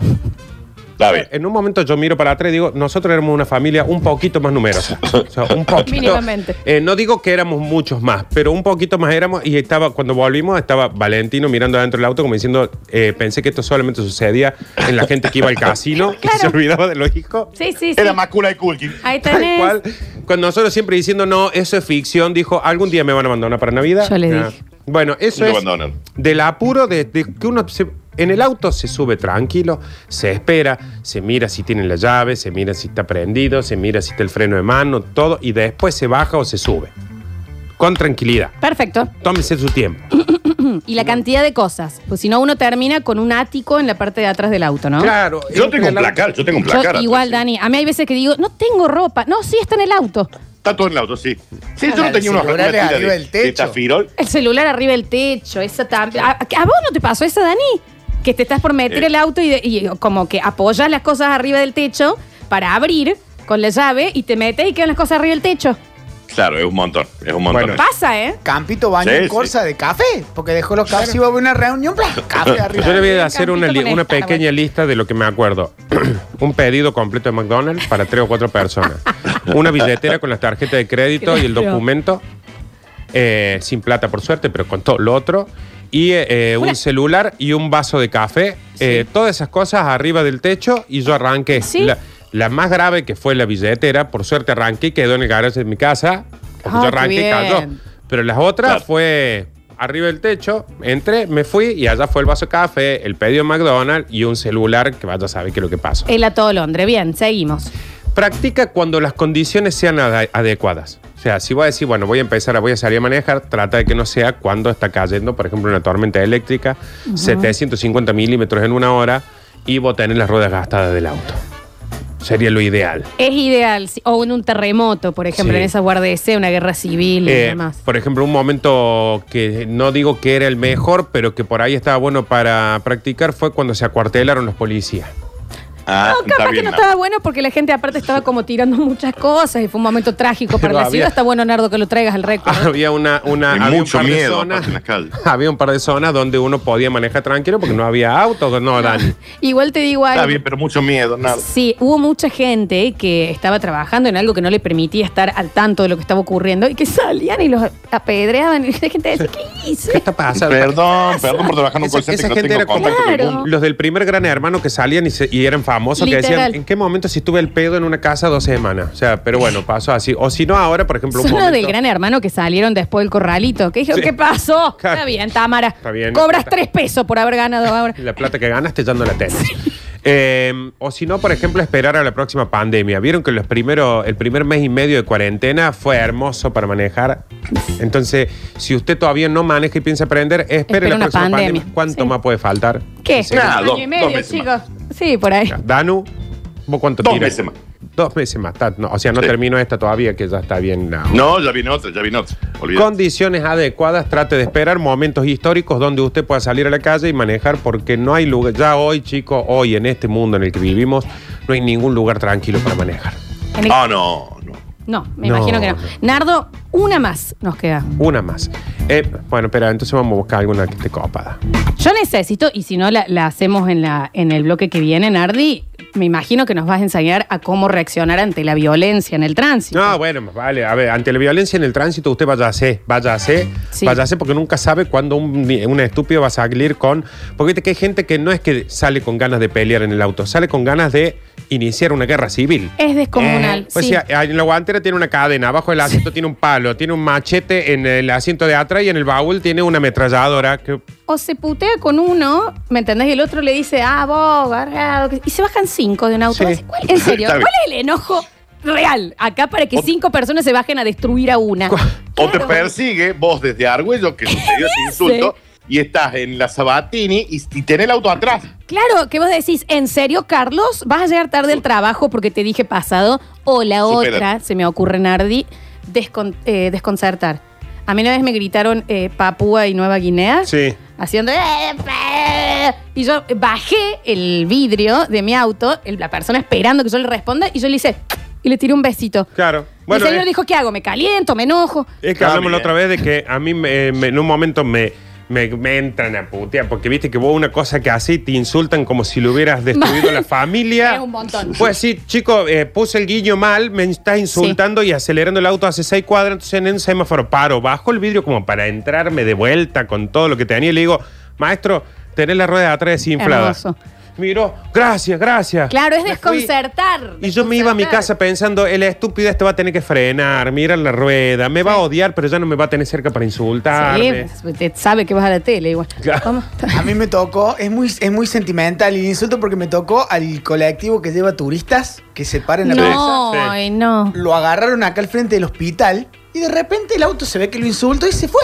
Speaker 5: Está bien.
Speaker 3: En un momento yo miro para atrás y digo, nosotros éramos una familia un poquito más numerosa. O sea, un poquito.
Speaker 4: Mínimamente.
Speaker 3: Eh, no digo que éramos muchos más, pero un poquito más éramos. Y estaba, cuando volvimos, estaba Valentino mirando adentro del auto como diciendo, eh, pensé que esto solamente sucedía en la gente que iba al casino, que se olvidaba de los hijos.
Speaker 4: Sí, sí, sí.
Speaker 5: Era Macula y Kulkin.
Speaker 4: Ahí
Speaker 3: Tal
Speaker 4: tenés.
Speaker 3: cual. Cuando nosotros siempre diciendo, no, eso es ficción, dijo, algún día me van a abandonar para Navidad.
Speaker 4: Yo le
Speaker 3: Ah.
Speaker 4: dije.
Speaker 3: Bueno, eso
Speaker 5: Lo
Speaker 3: es
Speaker 5: abandonan.
Speaker 3: del apuro de, de que uno se- en el auto se sube tranquilo, se espera, se mira si tiene la llave, se mira si está prendido, se mira si está el freno de mano, todo, y después se baja o se sube. Con tranquilidad.
Speaker 4: Perfecto.
Speaker 3: Tómese su tiempo.
Speaker 4: Y la cantidad de cosas. Pues si no, uno termina con un ático en la parte de atrás del auto, ¿no?
Speaker 3: Claro.
Speaker 5: Yo tengo un
Speaker 3: la-
Speaker 5: placar, yo tengo un
Speaker 4: Yo
Speaker 5: placar. atrás,
Speaker 4: igual,
Speaker 5: sí.
Speaker 4: Dani. A mí hay veces que digo, no tengo ropa. No, sí está en el auto.
Speaker 5: Está todo en el auto, sí. Sí, yo
Speaker 6: Ah,
Speaker 5: no tenía unos
Speaker 6: celulares
Speaker 5: una tira
Speaker 6: arriba
Speaker 5: de,
Speaker 6: del techo.
Speaker 5: de tafirol.
Speaker 4: El celular arriba del techo, esa también. ¿A, a vos no te pasó esa, Dani? Que te estás por meter
Speaker 5: Eh.
Speaker 4: el auto y, de- y como que apoyas las cosas arriba del techo para abrir con la llave y te metes y quedan las cosas arriba del techo.
Speaker 5: Claro, es un montón. Es un montón.
Speaker 3: Bueno,
Speaker 4: Pasa, ¿eh?
Speaker 6: Campito baño
Speaker 5: Sí,
Speaker 6: en
Speaker 5: sí.
Speaker 6: Corsa de café, porque dejó los cafés. Iba a una reunión, ¡plah! café arriba.
Speaker 3: Yo le voy a
Speaker 4: Arriba.
Speaker 3: hacer una, li-
Speaker 4: Campito con
Speaker 3: una
Speaker 4: esta,
Speaker 3: pequeña lista de lo que me acuerdo. un pedido completo de McDonald's para tres o cuatro personas. una billetera con las tarjetas de crédito y el
Speaker 4: Claro.
Speaker 3: documento. eh, sin plata, por suerte, pero con todo lo otro. Y eh, eh,
Speaker 4: Una-
Speaker 3: un celular y un vaso de café. Eh, todas esas cosas arriba del techo y yo arranqué.
Speaker 4: Sí.
Speaker 3: La, la más grave que fue la billetera, por suerte arranqué y quedó en el garaje de mi casa. Porque yo
Speaker 4: Ah, qué
Speaker 3: arranqué y
Speaker 4: bien.
Speaker 3: cayó. Pero las otras
Speaker 5: Claro.
Speaker 3: fue arriba del techo, entré, me fui y allá fue el vaso de café, el pedido de McDonald's y un celular que vaya a saber qué es lo que pasó.
Speaker 4: El todo Londres. Bien, seguimos.
Speaker 3: Practica cuando las condiciones sean ad- adecuadas. O sea, si voy a decir, bueno, voy a empezar, voy a salir a manejar, trata de que no sea cuando está cayendo, por ejemplo, una tormenta eléctrica, 750 milímetros en una hora y vos tenés las ruedas gastadas del auto. Sería lo ideal.
Speaker 4: Es ideal. si- O en un terremoto, por ejemplo,
Speaker 3: Sí.
Speaker 4: en esa guardese, una guerra civil y
Speaker 3: Eh,
Speaker 4: demás.
Speaker 3: por ejemplo, un momento que no digo que era el mejor, pero que por ahí estaba bueno para practicar fue cuando se acuartelaron los policías.
Speaker 5: Ah,
Speaker 4: No, capaz que no
Speaker 5: Nardo.
Speaker 4: estaba bueno porque la gente aparte estaba como tirando muchas cosas y fue un momento trágico para
Speaker 3: Pero
Speaker 4: la
Speaker 3: había- Ah.
Speaker 4: ciudad. Está bueno, Nardo, que lo traigas al récord.
Speaker 3: Había una, una
Speaker 5: Y
Speaker 3: había
Speaker 5: mucho
Speaker 3: un par de
Speaker 5: miedo,
Speaker 3: zonas.
Speaker 5: aparte, en las calles.
Speaker 3: Había un par de zonas donde uno podía manejar tranquilo porque no había autos, no, Dani.
Speaker 4: Igual te digo algo.
Speaker 5: Está bien, pero mucho miedo, nada.
Speaker 4: Sí, hubo mucha gente que estaba trabajando en algo que no le permitía estar al tanto de lo que estaba ocurriendo y que salían y los apedreaban. Y la gente decía, ¿qué
Speaker 3: ¿Qué
Speaker 4: hice?
Speaker 3: está pasando?
Speaker 5: Perdón, perdón por trabajar en un
Speaker 3: Esa-
Speaker 5: call center
Speaker 3: esa
Speaker 5: que no
Speaker 3: gente
Speaker 5: tengo
Speaker 3: era como-
Speaker 5: contacto con el
Speaker 4: Claro.
Speaker 5: mundo.
Speaker 3: Los del primer gran hermano que salían y, se- y eran famosos, que
Speaker 4: Literal.
Speaker 3: decían, ¿en qué momento si estuve el pedo en una casa dos semanas? O sea, pero bueno, pasó así. O si no, ahora, por ejemplo, un
Speaker 4: Son los del
Speaker 3: momento-
Speaker 4: gran hermano que salieron después del corralito. Que dijeron, ¿qué pasó?
Speaker 3: Claro.
Speaker 4: Está bien, Tamara.
Speaker 3: Está bien.
Speaker 4: Cobras
Speaker 3: Está-
Speaker 4: tres pesos por haber ganado ahora.
Speaker 3: La plata que ganaste ya no la tenés. Eh, o si no, por ejemplo, esperar a la próxima pandemia. Vieron que los primeros, el primer mes y medio de cuarentena fue hermoso para manejar. Entonces, si usted todavía no maneja y piensa aprender, espere
Speaker 4: Espera
Speaker 3: la
Speaker 4: una
Speaker 3: próxima pandemia.
Speaker 4: pandemia.
Speaker 3: ¿Cuánto
Speaker 4: Sí.
Speaker 3: más puede faltar?
Speaker 4: ¿Qué?
Speaker 5: Sí, nada,
Speaker 4: Un
Speaker 5: dos-
Speaker 4: año y
Speaker 5: dos
Speaker 4: medio,
Speaker 5: meses
Speaker 4: chicos. Sí, por ahí.
Speaker 3: Danu, ¿vos cuánto
Speaker 5: Dos
Speaker 3: tirás?
Speaker 5: meses más.
Speaker 3: Dos meses más. está- no, o sea, no
Speaker 5: Sí.
Speaker 3: termino esta todavía, que ya está bien. no.
Speaker 5: No, ya viene otra, ya viene otra. Olvídate.
Speaker 3: Condiciones adecuadas, trate de esperar momentos históricos donde usted pueda salir a la calle y manejar porque no hay lugar, ya hoy chicos, hoy en este mundo en el que vivimos, no hay ningún lugar tranquilo para manejar.
Speaker 4: En el-
Speaker 5: Ah, no, no.
Speaker 4: No, me
Speaker 3: No,
Speaker 4: imagino que no.
Speaker 3: no.
Speaker 4: Nardo, una más nos queda.
Speaker 3: Una más. Eh, bueno, espera, entonces vamos a buscar alguna que esté copada.
Speaker 4: Yo necesito, y si no la, la hacemos en, la, en el bloque que viene, Nardi, me imagino que nos vas a enseñar a cómo reaccionar ante la violencia en el tránsito.
Speaker 3: No, bueno, más vale, a ver, ante la violencia en el tránsito usted vaya a hacer, vaya a hacer,
Speaker 4: Sí.
Speaker 3: vaya a hacer porque nunca sabe cuándo un, un estúpido va a salir con... Porque viste que hay gente que no es que sale con ganas de pelear en el auto, sale con ganas de iniciar una guerra civil.
Speaker 4: Es descomunal.
Speaker 3: Pues
Speaker 4: sí.
Speaker 3: sí, a- en la guantera tiene una cadena, abajo del asiento tiene un palo, tiene un machete en el asiento de atrás y en el baúl tiene una ametralladora. Que,
Speaker 4: O se putea con uno, ¿me entendés? Y el otro le dice, ah, vos, agarrado. que- Y se bajan cinco de un auto.
Speaker 3: Sí.
Speaker 4: Así, ¿cuál- en serio,
Speaker 5: Está
Speaker 4: ¿cuál
Speaker 5: bien.
Speaker 4: es el enojo real acá para que cinco personas se bajen a destruir a una?
Speaker 3: Cu-
Speaker 5: O te
Speaker 4: Claro.
Speaker 5: persigue vos desde Argüello, que sucedió ese este insulto, y estás en la Sabatini y, y tenés el auto atrás.
Speaker 4: Claro, que vos decís, ¿en serio, Carlos? Vas a llegar tarde al trabajo porque te dije pasado. O la
Speaker 5: Supérate.
Speaker 4: otra, se me ocurre, Nardi, descon- eh, desconcertar. A mí una vez me gritaron eh, Papúa y Nueva Guinea.
Speaker 3: Sí.
Speaker 4: Haciendo... "Eh, Y yo bajé el vidrio de mi auto, el- la persona esperando que yo le responda, y yo le hice... Y le tiré un besito.
Speaker 3: Claro.
Speaker 4: Bueno,
Speaker 3: Bueno, eh,
Speaker 4: el señor
Speaker 3: es-
Speaker 4: dijo, ¿qué hago? ¿Me caliento? ¿Me enojo?
Speaker 3: Es que
Speaker 5: Ah,
Speaker 3: hablamos la
Speaker 5: bien.
Speaker 3: otra vez de que a mí me- eh, me- en un momento me, me, me entran a putear, porque viste que vos una cosa que haces te insultan como si le hubieras destruido
Speaker 4: Mal.
Speaker 3: la familia.
Speaker 4: Es un montón.
Speaker 3: Pues sí, chico, eh, puse el guiño mal, me estás insultando y acelerando el auto hace seis cuadras, entonces en un semáforo paro, bajo el vidrio como para entrarme de vuelta con todo lo que tenía y le digo, maestro, tenés la rueda de atrás desinflada.
Speaker 4: Hermoso.
Speaker 3: Miró, gracias, gracias.
Speaker 4: Claro, es
Speaker 3: Me fui.
Speaker 4: desconcertar.
Speaker 3: Y yo me iba a mi
Speaker 4: desconcertar.
Speaker 3: casa pensando, el estúpido este va a tener que frenar, mira la rueda, me va a odiar, pero ya no me va a tener cerca para insultarme.
Speaker 4: Sí, te- sabe que vas a la tele igual.
Speaker 3: Claro.
Speaker 4: ¿Cómo?
Speaker 6: A mí me tocó, es muy, es muy sentimental el insulto porque me tocó al colectivo que lleva turistas que se para en la plaza.
Speaker 4: No,
Speaker 3: Sí.
Speaker 4: ay, no.
Speaker 6: Lo agarraron acá al frente del hospital y de repente el auto se ve que lo insultó y se fue.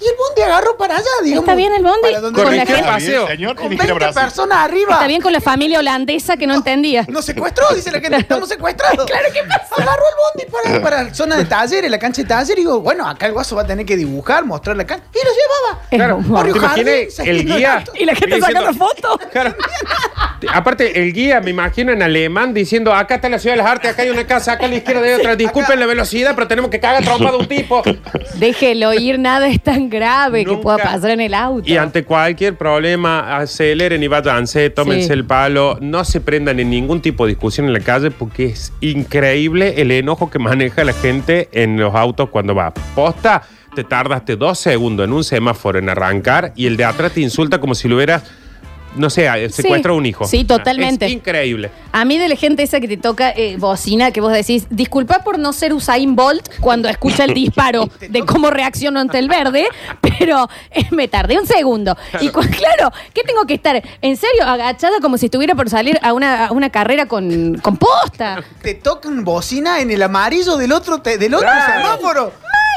Speaker 6: Y el bondi agarró para allá, digamos.
Speaker 4: bien el bondi?
Speaker 6: para donde
Speaker 4: Con
Speaker 6: lo
Speaker 4: la
Speaker 5: Corrigió
Speaker 6: quiera.
Speaker 5: a
Speaker 4: gente.
Speaker 5: Javier, señor, y
Speaker 6: Con
Speaker 5: le quiere
Speaker 6: 20
Speaker 5: abrazar.
Speaker 6: personas arriba.
Speaker 4: Está bien con la familia holandesa que no entendía.
Speaker 6: Nos secuestró, dice la gente, estamos secuestrados. Claro que pasa. Agarró el bondi para, para la zona de talleres, la cancha de talleres, y digo, bueno, acá el guaso va a tener que dibujar, mostrar la cancha. Y lo llevaba.
Speaker 4: Es
Speaker 3: Claro,
Speaker 4: humor.
Speaker 3: ¿te
Speaker 6: Barrio Jardín,
Speaker 3: imaginas el
Speaker 6: saliendo del
Speaker 3: guía?
Speaker 6: auto.
Speaker 4: Y la gente
Speaker 3: diciendo-
Speaker 4: sacando fotos.
Speaker 3: Claro. Te- Aparte, el guía, me imagino en alemán, diciendo, acá está la ciudad de las artes, acá hay una casa, acá a la izquierda hay otra, disculpen la velocidad, pero tenemos que cagar trompado un tipo.
Speaker 4: Déjelo ir, nada es tan grave que
Speaker 3: Nunca-
Speaker 4: pueda pasar en el auto.
Speaker 3: Y ante cualquier problema, aceleren y váyanse, tómense
Speaker 4: Sí.
Speaker 3: el palo, no se prendan en ningún tipo de discusión en la calle porque es increíble el enojo que maneja la gente en los autos cuando va. Posta, te tardaste dos segundos en un semáforo en arrancar y el de atrás te insulta como si lo hubieras, no sé, eh, secuestrado a un hijo.
Speaker 4: Sí, totalmente.
Speaker 3: Es increíble.
Speaker 4: A mí de la gente esa que te toca eh, bocina, que vos decís, disculpa por no ser Usain Bolt cuando escucha el disparo de cómo reacciono ante el verde, pero eh, me tardé un segundo. Y cu- claro, ¿qué tengo que estar? ¿En serio? Agachada como si estuviera por salir a una, a una carrera con, con posta.
Speaker 6: Te tocan bocina en el amarillo del otro, te- del otro semáforo.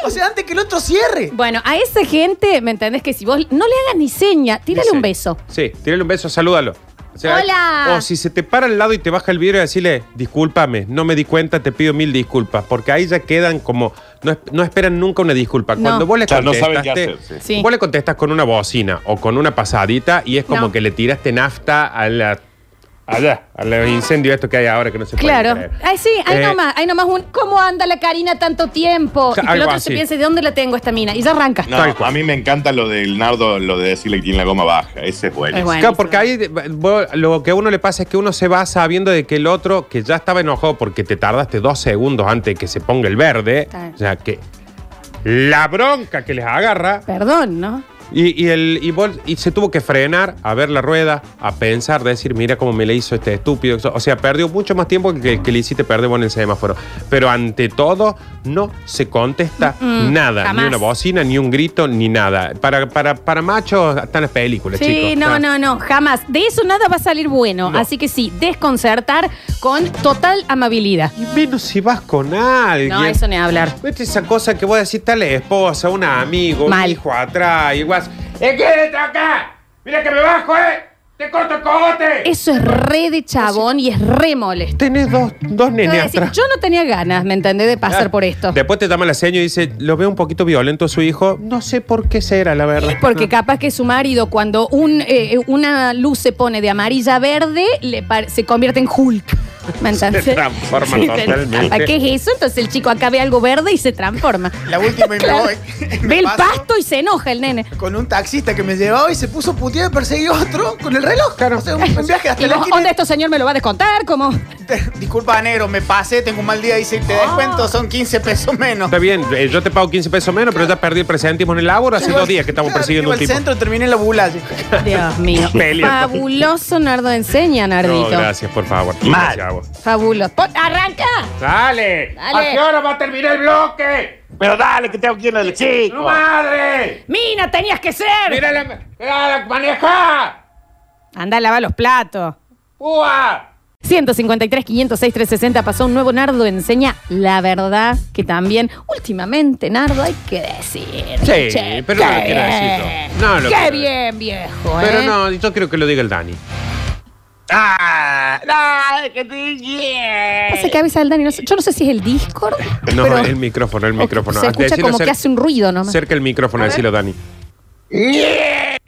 Speaker 6: O sea, antes que el otro cierre.
Speaker 4: Bueno, a esa gente, ¿me entendés? Que si vos no le hagas ni seña, tírale
Speaker 3: Dice-
Speaker 4: un beso.
Speaker 3: Sí, tírale un beso, salúdalo. O
Speaker 4: Hola.
Speaker 3: O si se te para al lado y te baja el vidrio y decirle, discúlpame, no me di cuenta, te pido mil disculpas, porque ahí ya quedan como, no, es- no esperan nunca una disculpa.
Speaker 4: No.
Speaker 3: Cuando vos le
Speaker 5: O sea, no
Speaker 3: contestas,
Speaker 5: saben qué hacer, sí.
Speaker 4: Sí.
Speaker 3: vos le contestas con una bocina o con una pasadita y es como
Speaker 4: No.
Speaker 3: que le tiraste nafta a la... Allá, a los incendios estos que hay ahora que no se
Speaker 4: Claro.
Speaker 3: pueden creer.
Speaker 4: Ay, sí, hay
Speaker 3: Eh,
Speaker 4: nomás, hay nomás un ¿cómo anda la Karina tanto tiempo?
Speaker 3: sea,
Speaker 4: Y que el
Speaker 3: algo
Speaker 4: otro se
Speaker 3: así.
Speaker 4: piense, ¿de dónde la tengo esta mina? Y ya arranca.
Speaker 5: No,
Speaker 3: Tal cual.
Speaker 5: a mí me encanta lo del Nardo, lo de decirle que tiene la goma baja. Ese es bueno.
Speaker 4: Es bueno.
Speaker 3: Claro, porque ahí eh, vos- lo que a uno le pasa es que uno se va sabiendo de que el otro, que ya estaba enojado porque te tardaste dos segundos antes de que se ponga el verde,
Speaker 4: Está bien.
Speaker 3: o sea, que la bronca que les agarra
Speaker 4: Perdón, ¿no?
Speaker 3: y, y el, y, vos- y se tuvo que frenar a ver la rueda, a pensar, decir, mira cómo me le hizo este estúpido. O sea, perdió mucho más tiempo que, que le hiciste perder vos en el semáforo. Pero ante todo, no se contesta
Speaker 4: Mm-mm,
Speaker 3: nada,
Speaker 4: Mm, jamás.
Speaker 3: ni una bocina, ni un grito, ni nada. Para, para, para machos están las películas,
Speaker 4: Sí,
Speaker 3: chicos.
Speaker 4: no,
Speaker 3: Ah.
Speaker 4: no, no, jamás. De eso nada va a salir bueno.
Speaker 3: No.
Speaker 4: Así que sí, desconcertar con total amabilidad.
Speaker 3: Y menos si vas con alguien.
Speaker 4: No, eso ni hablar.
Speaker 3: Vete esa cosa que vos decís, tal esposa, un amigo, un
Speaker 4: Mal.
Speaker 3: hijo atrás, igual. ¡Eh, quédate acá! ¡Mira que me bajo, eh! ¡Te corto el cogote!
Speaker 4: Eso es re de chabón y es re molesto.
Speaker 3: Tenés dos, dos
Speaker 4: Te voy
Speaker 3: nenes
Speaker 4: a decir,
Speaker 3: atrás.
Speaker 4: yo no tenía ganas, ¿me entendés? De pasar
Speaker 3: Claro.
Speaker 4: por esto.
Speaker 3: Después te llama la seño y dice, lo veo un poquito violento a su hijo. No sé por qué será, la verdad.
Speaker 4: Porque capaz que su marido, cuando un, eh, una luz se pone de amarilla a verde, le par- se convierte en Hulk. ¿Me entendés?
Speaker 3: Se transforma
Speaker 4: Sí,
Speaker 3: totalmente.
Speaker 4: ¿Para qué es eso? Entonces el chico acá ve algo verde y se transforma.
Speaker 6: La última y me
Speaker 4: Claro.
Speaker 6: voy. Me
Speaker 4: Ve el
Speaker 6: paso
Speaker 4: pasto y se enoja el nene.
Speaker 6: Con un taxista que me llevaba y se puso puteado y persiguió a otro con el reloj.
Speaker 3: Claro.
Speaker 6: O sea, un viaje hasta
Speaker 4: Y
Speaker 6: la
Speaker 4: vos,
Speaker 6: esquina.
Speaker 4: ¿Dónde esto señor me lo va a descontar? Como
Speaker 6: Disculpa, negro, me pasé, tengo un mal día. Dice, te
Speaker 4: Ah.
Speaker 6: descuento, son 15 pesos menos.
Speaker 3: Está bien, eh, yo te pago 15 pesos menos, pero ya perdí el presentimo en el labor hace dos días que estamos
Speaker 6: Claro,
Speaker 3: persiguiendo
Speaker 6: iba
Speaker 3: un tipo.
Speaker 6: al centro, terminé en la bula.
Speaker 4: Dios mío.
Speaker 3: Peleando.
Speaker 4: Fabuloso Nardo enseña,
Speaker 3: No,
Speaker 4: Nardito.
Speaker 3: gracias, por favor.
Speaker 5: Mal.
Speaker 3: Gracias a vos.
Speaker 4: Fabuloso. Pon- ¡Arranca!
Speaker 3: ¡Dale!
Speaker 4: Dale.
Speaker 3: ¿A qué hora va a terminar el bloque?
Speaker 5: Pero dale, que tengo que ir a la chica.
Speaker 3: ¡No madre!
Speaker 4: ¡Mina, tenías que ser!
Speaker 3: ¡Mira la, mira la maneja!
Speaker 4: Anda, lava los platos.
Speaker 3: ¡Púa!
Speaker 4: 153, 506, 360 pasó un nuevo Nardo enseña la verdad que también últimamente Nardo hay que decir.
Speaker 3: Sí,
Speaker 4: Che,
Speaker 3: pero no lo
Speaker 4: qué
Speaker 3: quiero decir
Speaker 4: bien.
Speaker 3: yo. No lo
Speaker 4: qué
Speaker 3: quiero
Speaker 4: bien, viejo.
Speaker 3: Pero
Speaker 4: ¿eh?
Speaker 3: no, yo creo que lo diga el Dani. ¡Ah! ¡Ah! ¡Que te dije!
Speaker 4: Pasa que a veces el Dani, no sé- yo no sé si es el Discord.
Speaker 3: No,
Speaker 4: pero
Speaker 3: el micrófono, el
Speaker 4: o-
Speaker 3: micrófono.
Speaker 4: Se escucha
Speaker 3: Decilo
Speaker 4: como que
Speaker 3: cerca-
Speaker 4: hace un ruido nomás.
Speaker 3: Cerca el micrófono, decilo, Dani.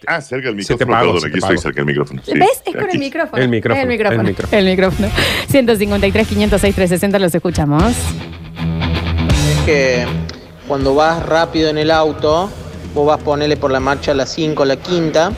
Speaker 5: Ah, cerca del
Speaker 3: Se te
Speaker 5: micrófono.
Speaker 3: pago,
Speaker 5: perdón,
Speaker 3: se te
Speaker 5: aquí estoy
Speaker 3: pago.
Speaker 5: cerca del micrófono. sí.
Speaker 4: ¿Ves? Es con
Speaker 5: Aquí.
Speaker 4: el micrófono.
Speaker 3: El micrófono,
Speaker 4: El micrófono.
Speaker 3: el micrófono.
Speaker 4: El micrófono. 153, 506, 360 los escuchamos.
Speaker 7: que cuando vas rápido en el auto, vos vas a ponerle por la marcha la 5, la quinta,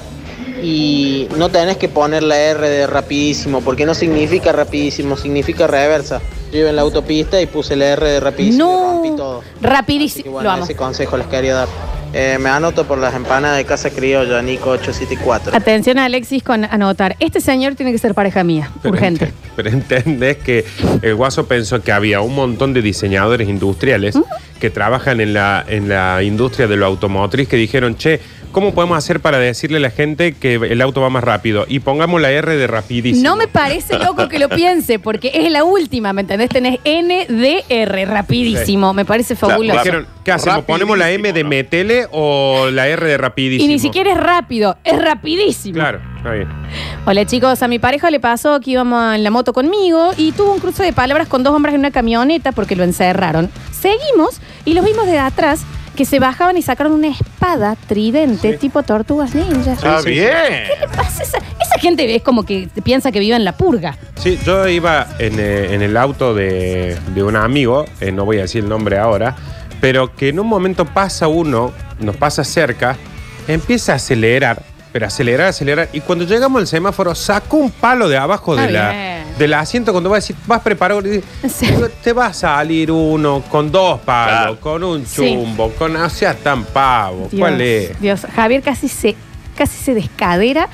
Speaker 7: y no tenés que poner la R de rapidísimo, porque no significa rapidísimo, significa reversa. Yo iba en la autopista y puse la R de rapidísimo y rompí
Speaker 4: No.
Speaker 7: todo. Así que
Speaker 4: Rapidísimo.
Speaker 7: bueno,
Speaker 4: Lo amo.
Speaker 7: ese consejo les quería dar. Eh, me anoto por las empanadas de Casa Criolla, Nico 874.
Speaker 4: Atención a Alexis con anotar. Este señor tiene que ser pareja mía.
Speaker 3: Pero
Speaker 4: Urgente.
Speaker 3: ente- Pero entendés que el guaso pensó que había un montón de diseñadores industriales
Speaker 4: ¿Mm?
Speaker 3: que trabajan en la, en la industria de lo automotriz que dijeron, che, ¿cómo podemos hacer para decirle a la gente que el auto va más rápido? Y pongamos la R de rapidísimo.
Speaker 4: No me parece loco que lo piense, porque es la última, ¿me entendés? Tenés NDR, rapidísimo. Me parece fabuloso.
Speaker 3: Dijeron, ¿qué hacemos? ¿Ponemos la M de
Speaker 5: Rapidísimo, ¿no?
Speaker 3: metele o la R de rapidísimo?
Speaker 4: Y ni siquiera es rápido, es rapidísimo.
Speaker 3: Claro, está bien.
Speaker 4: Hola chicos, a mi pareja le pasó que íbamos en la moto conmigo y tuvo un cruce de palabras con dos hombres en una camioneta porque lo encerraron. Seguimos y los vimos de atrás que se bajaban y sacaron una espada tridente tipo tortugas ninja.
Speaker 5: Está
Speaker 3: Sí, sí, sí.
Speaker 5: bien.
Speaker 4: ¿Qué le pasa? a Esa, esa gente es como que piensa que vive en la purga.
Speaker 3: Sí, yo iba en, eh, en el auto de, de un amigo, eh, no voy a decir el nombre ahora, pero que en un momento pasa uno, nos pasa cerca, empieza a acelerar, pero acelerar, acelerar, y cuando llegamos al semáforo sacó un palo de abajo de
Speaker 4: Está
Speaker 3: la,
Speaker 4: bien.
Speaker 3: del asiento cuando va a decir, vas preparado, y dice,
Speaker 4: Sí.
Speaker 3: "Pero te va a salir uno con dos palos,
Speaker 5: Claro.
Speaker 3: con un
Speaker 4: Sí.
Speaker 3: chumbo, con, o sea, tan pavo,
Speaker 4: Dios,
Speaker 3: ¿cuál es?
Speaker 4: Dios, Javier casi se casi se descadera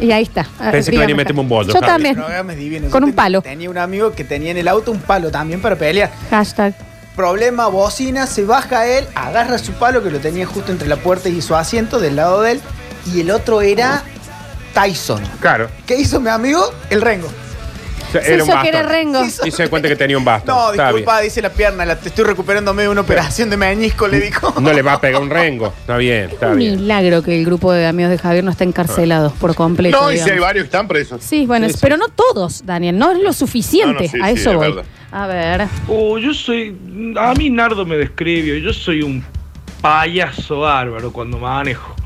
Speaker 4: y ahí está.
Speaker 3: Pensé que venía a
Speaker 4: Dígame,
Speaker 3: meterme un
Speaker 4: Javier.
Speaker 3: bollo,
Speaker 4: Yo
Speaker 3: Javier.
Speaker 4: también.
Speaker 6: Programas divinos.
Speaker 4: Con
Speaker 6: Yo
Speaker 4: un
Speaker 6: ten-
Speaker 4: palo.
Speaker 6: Tenía un amigo que tenía en el auto un palo también para pelear.
Speaker 5: eh,
Speaker 4: Hashtag.
Speaker 6: Problema, bocina, se baja él, agarra su palo que lo tenía justo entre la puerta y su asiento del lado de él. Y el otro era Tyson.
Speaker 3: Claro,
Speaker 6: ¿Qué hizo mi amigo? El rengo.
Speaker 3: o sea,
Speaker 4: Se
Speaker 3: era un
Speaker 4: hizo que era
Speaker 3: bastón.
Speaker 4: rengo.
Speaker 6: Sí,
Speaker 3: Y se da cuenta que tenía un bastón.
Speaker 6: No,
Speaker 3: Está bien.
Speaker 6: disculpa, dice la pierna, la, te estoy recuperándome de una operación de menisco, le dijo.
Speaker 3: No le va a pegar un rengo. Está bien, está
Speaker 4: Un
Speaker 3: bien.
Speaker 4: milagro que el grupo de amigos de Javier no está encarcelados por completo.
Speaker 5: No, y si hay
Speaker 4: digamos.
Speaker 5: varios que están presos.
Speaker 4: Sí, bueno,
Speaker 3: Sí,
Speaker 4: es-
Speaker 3: sí.
Speaker 4: pero no todos, Daniel, no es lo suficiente.
Speaker 5: No, no, sí,
Speaker 4: a
Speaker 5: sí,
Speaker 4: eso
Speaker 5: es
Speaker 4: voy.
Speaker 5: verdad.
Speaker 4: A ver,
Speaker 8: Oh, yo soy. A mí Nardo me describió. Yo soy un payaso bárbaro cuando manejo.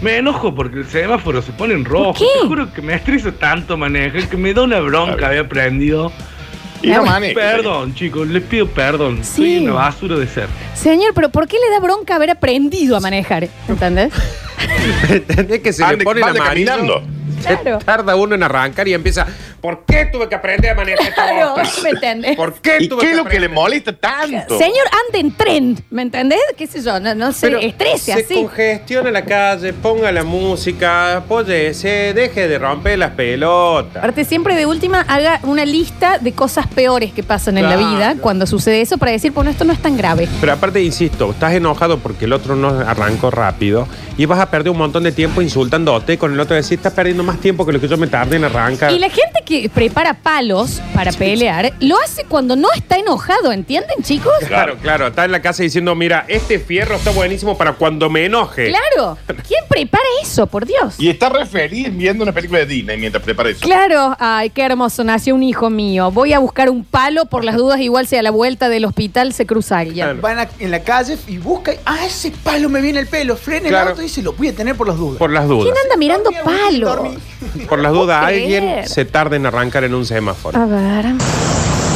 Speaker 8: Me enojo porque el semáforo se pone en rojo.
Speaker 4: qué?
Speaker 8: Te juro que me estresa tanto manejar que me da una bronca haber aprendido.
Speaker 5: Y no manejes.
Speaker 8: Perdón, chicos, les pido perdón.
Speaker 4: Sí.
Speaker 8: Soy una basura de ser.
Speaker 4: señor, pero ¿por qué le da bronca haber aprendido a manejar? ¿Entendés?
Speaker 3: ¿Entendés que se le
Speaker 5: Ande-
Speaker 3: pone
Speaker 5: vaya
Speaker 3: la
Speaker 5: caminando.
Speaker 4: Claro.
Speaker 3: Tarda uno en arrancar y empieza. ¿Por qué tuve que aprender a manejar esta
Speaker 4: Claro,
Speaker 3: bosta?
Speaker 4: ¿me entendés?
Speaker 3: ¿Por qué
Speaker 5: ¿Y
Speaker 3: tuve
Speaker 5: qué es
Speaker 3: que
Speaker 5: lo que le
Speaker 3: aprender?
Speaker 5: molesta tanto?
Speaker 4: Señor, ande en tren, ¿me entendés? ¿Qué sé yo? No, no sé,
Speaker 3: Pero
Speaker 4: estrese
Speaker 3: se
Speaker 4: así.
Speaker 3: congestiona la calle, ponga la música, apóyese, deje de romper las pelotas.
Speaker 4: Aparte, siempre de última, haga una lista de cosas peores que pasan en la
Speaker 3: Claro.
Speaker 4: vida cuando sucede eso para decir, bueno, esto no es tan grave.
Speaker 3: Pero aparte, insisto, estás enojado porque el otro no arrancó rápido y vas a perder un montón de tiempo insultándote con el otro decir, estás perdiendo más tiempo que lo que yo me tardé en arrancar.
Speaker 4: Y la gente que prepara palos para pelear lo hace cuando no está enojado, ¿entienden, chicos?
Speaker 3: Claro, claro, está en la casa diciendo, mira, este fierro está buenísimo para cuando me enoje.
Speaker 4: Claro. ¿Quién prepara eso, por Dios?
Speaker 5: Y está re feliz viendo una película de Disney mientras prepara eso.
Speaker 4: Claro, ay, qué hermoso, nació un hijo mío. Voy a buscar un palo por las dudas, igual si a la vuelta del hospital se cruza alguien.
Speaker 3: Claro.
Speaker 6: Van a- en la calle y busca, y, ah, ese palo me viene el pelo, frena
Speaker 3: Claro.
Speaker 6: el auto y dice, lo voy a tener por las dudas.
Speaker 3: Por las dudas.
Speaker 4: ¿Quién anda mirando palos?
Speaker 6: dormí.
Speaker 3: Por las dudas,
Speaker 4: puedo
Speaker 3: alguien
Speaker 4: creer. Ah,
Speaker 3: se tarda en arrancar en un semáforo.
Speaker 4: A ver.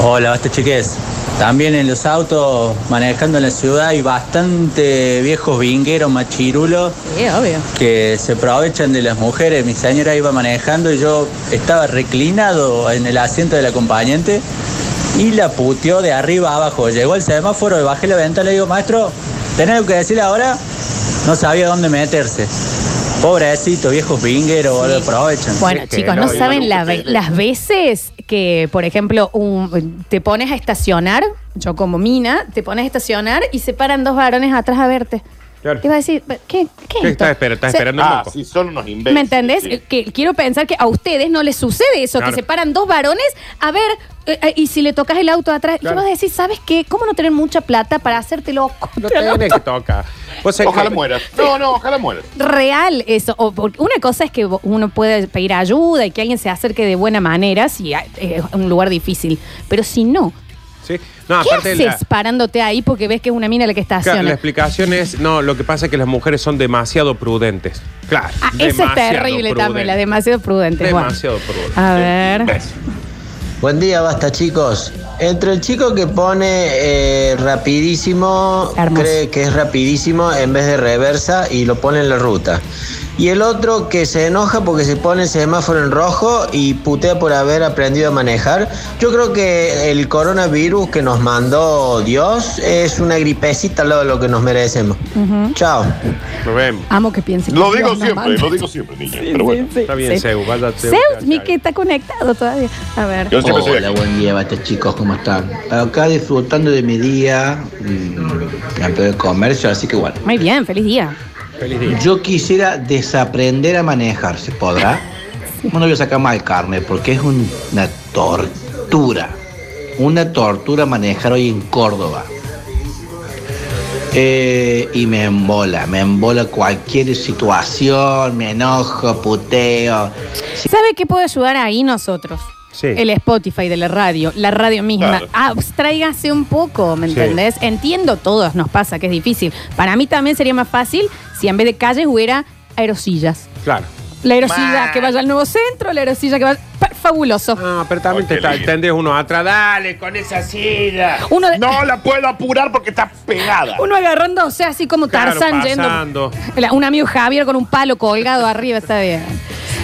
Speaker 9: Hola, basta chiques. También en los autos, manejando en la ciudad, hay bastante viejos vingueros, machirulos,
Speaker 4: Sí, obvio.
Speaker 9: que se aprovechan de las mujeres. Mi señora iba manejando y yo estaba reclinado en el asiento del acompañante y la puteó de arriba a abajo. Llegó el semáforo y bajé la ventana y le digo, maestro, ¿tenés algo que decir ahora? No sabía dónde meterse. Pobrecito, viejos vingueros, boludo, aprovechan.
Speaker 4: Bueno,
Speaker 3: Sí, que
Speaker 4: chicos,
Speaker 3: no,
Speaker 4: no
Speaker 3: y
Speaker 4: saben
Speaker 5: no
Speaker 4: la
Speaker 5: gusta
Speaker 4: ve-
Speaker 5: que-
Speaker 4: las veces que, por ejemplo, un- te pones a estacionar, yo como mina, te pones a estacionar y se paran dos varones atrás a verte.
Speaker 3: Claro.
Speaker 4: Te iba a decir, ¿qué, qué, es
Speaker 3: ¿Qué
Speaker 4: esto?
Speaker 3: estás esperando? ¿Estás
Speaker 4: O sea,
Speaker 3: esperando un
Speaker 5: Ah,
Speaker 3: moco?
Speaker 5: sí, son unos imbéciles.
Speaker 4: ¿Me entendés?
Speaker 5: sí.
Speaker 4: Eh, Que quiero pensar que a ustedes no les sucede eso,
Speaker 3: Claro.
Speaker 4: que se paran dos varones a ver, eh, eh, y si le tocas el auto atrás,
Speaker 3: Claro.
Speaker 4: y vas a decir, ¿sabes qué? ¿Cómo no tener mucha plata para hacerte loco?
Speaker 3: No tenés que tocar. Vos sabés
Speaker 5: Ojalá
Speaker 3: que-
Speaker 5: mueras. No, no, ojalá mueras.
Speaker 4: Real eso. O por- una cosa es que vo- uno puede pedir ayuda y que alguien se acerque de buena manera si hay- es un lugar difícil. Pero si no,
Speaker 3: Sí. No,
Speaker 4: ¿qué
Speaker 3: Ah, aparte
Speaker 4: haces
Speaker 3: la,
Speaker 4: parándote ahí porque ves que es una mina la que
Speaker 3: Claro, la
Speaker 4: estaciona?
Speaker 3: explicación es, no, lo que pasa es que las mujeres son demasiado prudentes. Claro.
Speaker 4: Ah, esa es
Speaker 3: demasiado
Speaker 4: terrible también, la
Speaker 3: prudentes.
Speaker 4: demasiado prudente. bueno.
Speaker 3: Demasiado prudentes.
Speaker 4: A ver.
Speaker 9: Buen día, basta chicos. Entre el chico que pone eh, rapidísimo,
Speaker 4: Hermoso.
Speaker 9: cree que es rapidísimo en vez de reversa y lo pone en la ruta. Y el otro que se enoja porque se pone el semáforo en rojo y putea por haber aprendido a manejar. Yo creo que el coronavirus que nos mandó Dios es una gripecita al lado de lo que nos merecemos. Chao.
Speaker 5: Nos vemos.
Speaker 4: Amo que piense. que
Speaker 5: Lo
Speaker 4: Dios
Speaker 5: digo
Speaker 4: nos manda.
Speaker 5: siempre, lo digo siempre, niña. pero bueno.
Speaker 4: Sí,
Speaker 3: Está bien,
Speaker 4: sí.
Speaker 3: Seu, vaya, Seu,
Speaker 4: Zeus,
Speaker 3: ya,
Speaker 4: mi
Speaker 3: ya.
Speaker 4: que está conectado todavía. A ver.
Speaker 5: Yo siempre soy
Speaker 9: Hola,
Speaker 5: aquí.
Speaker 9: buen día, basta chicos, ¿cómo están? Acá disfrutando de mi día, mm, acá de comercio, así que bueno.
Speaker 4: Muy bien, feliz día.
Speaker 3: Feliz día.
Speaker 9: Yo quisiera desaprender a manejar, ¿se podrá? No le voy a sacar mal carne porque es un- una tortura. Una tortura manejar hoy en Córdoba. Eh, y me embola, me embola cualquier situación, me enojo, puteo.
Speaker 4: ¿Sabe qué puede ayudar ahí nosotros?
Speaker 3: Sí.
Speaker 4: El Spotify de la radio, la radio misma.
Speaker 5: Claro.
Speaker 4: Abstráigase un poco, ¿me
Speaker 3: Sí.
Speaker 4: entendés? Entiendo, todos nos pasa que es difícil. Para mí también sería más fácil si en vez de calles hubiera aerosillas.
Speaker 3: Claro.
Speaker 4: La aerosilla que vaya al nuevo centro, la aerosilla que vaya. pa- Fabuloso.
Speaker 3: No, Ah, pero también
Speaker 5: Ay,
Speaker 3: te
Speaker 5: qué
Speaker 3: ta-
Speaker 5: lindo.
Speaker 3: tendés uno atrás. Dale, con esa silla.
Speaker 4: Uno, de-
Speaker 5: No la puedo apurar porque está pegada.
Speaker 4: uno agarrando, o sea, así como
Speaker 3: Claro,
Speaker 4: Tarzán
Speaker 3: pasando.
Speaker 4: yendo. La- Un amigo Javier con un palo colgado arriba, está bien.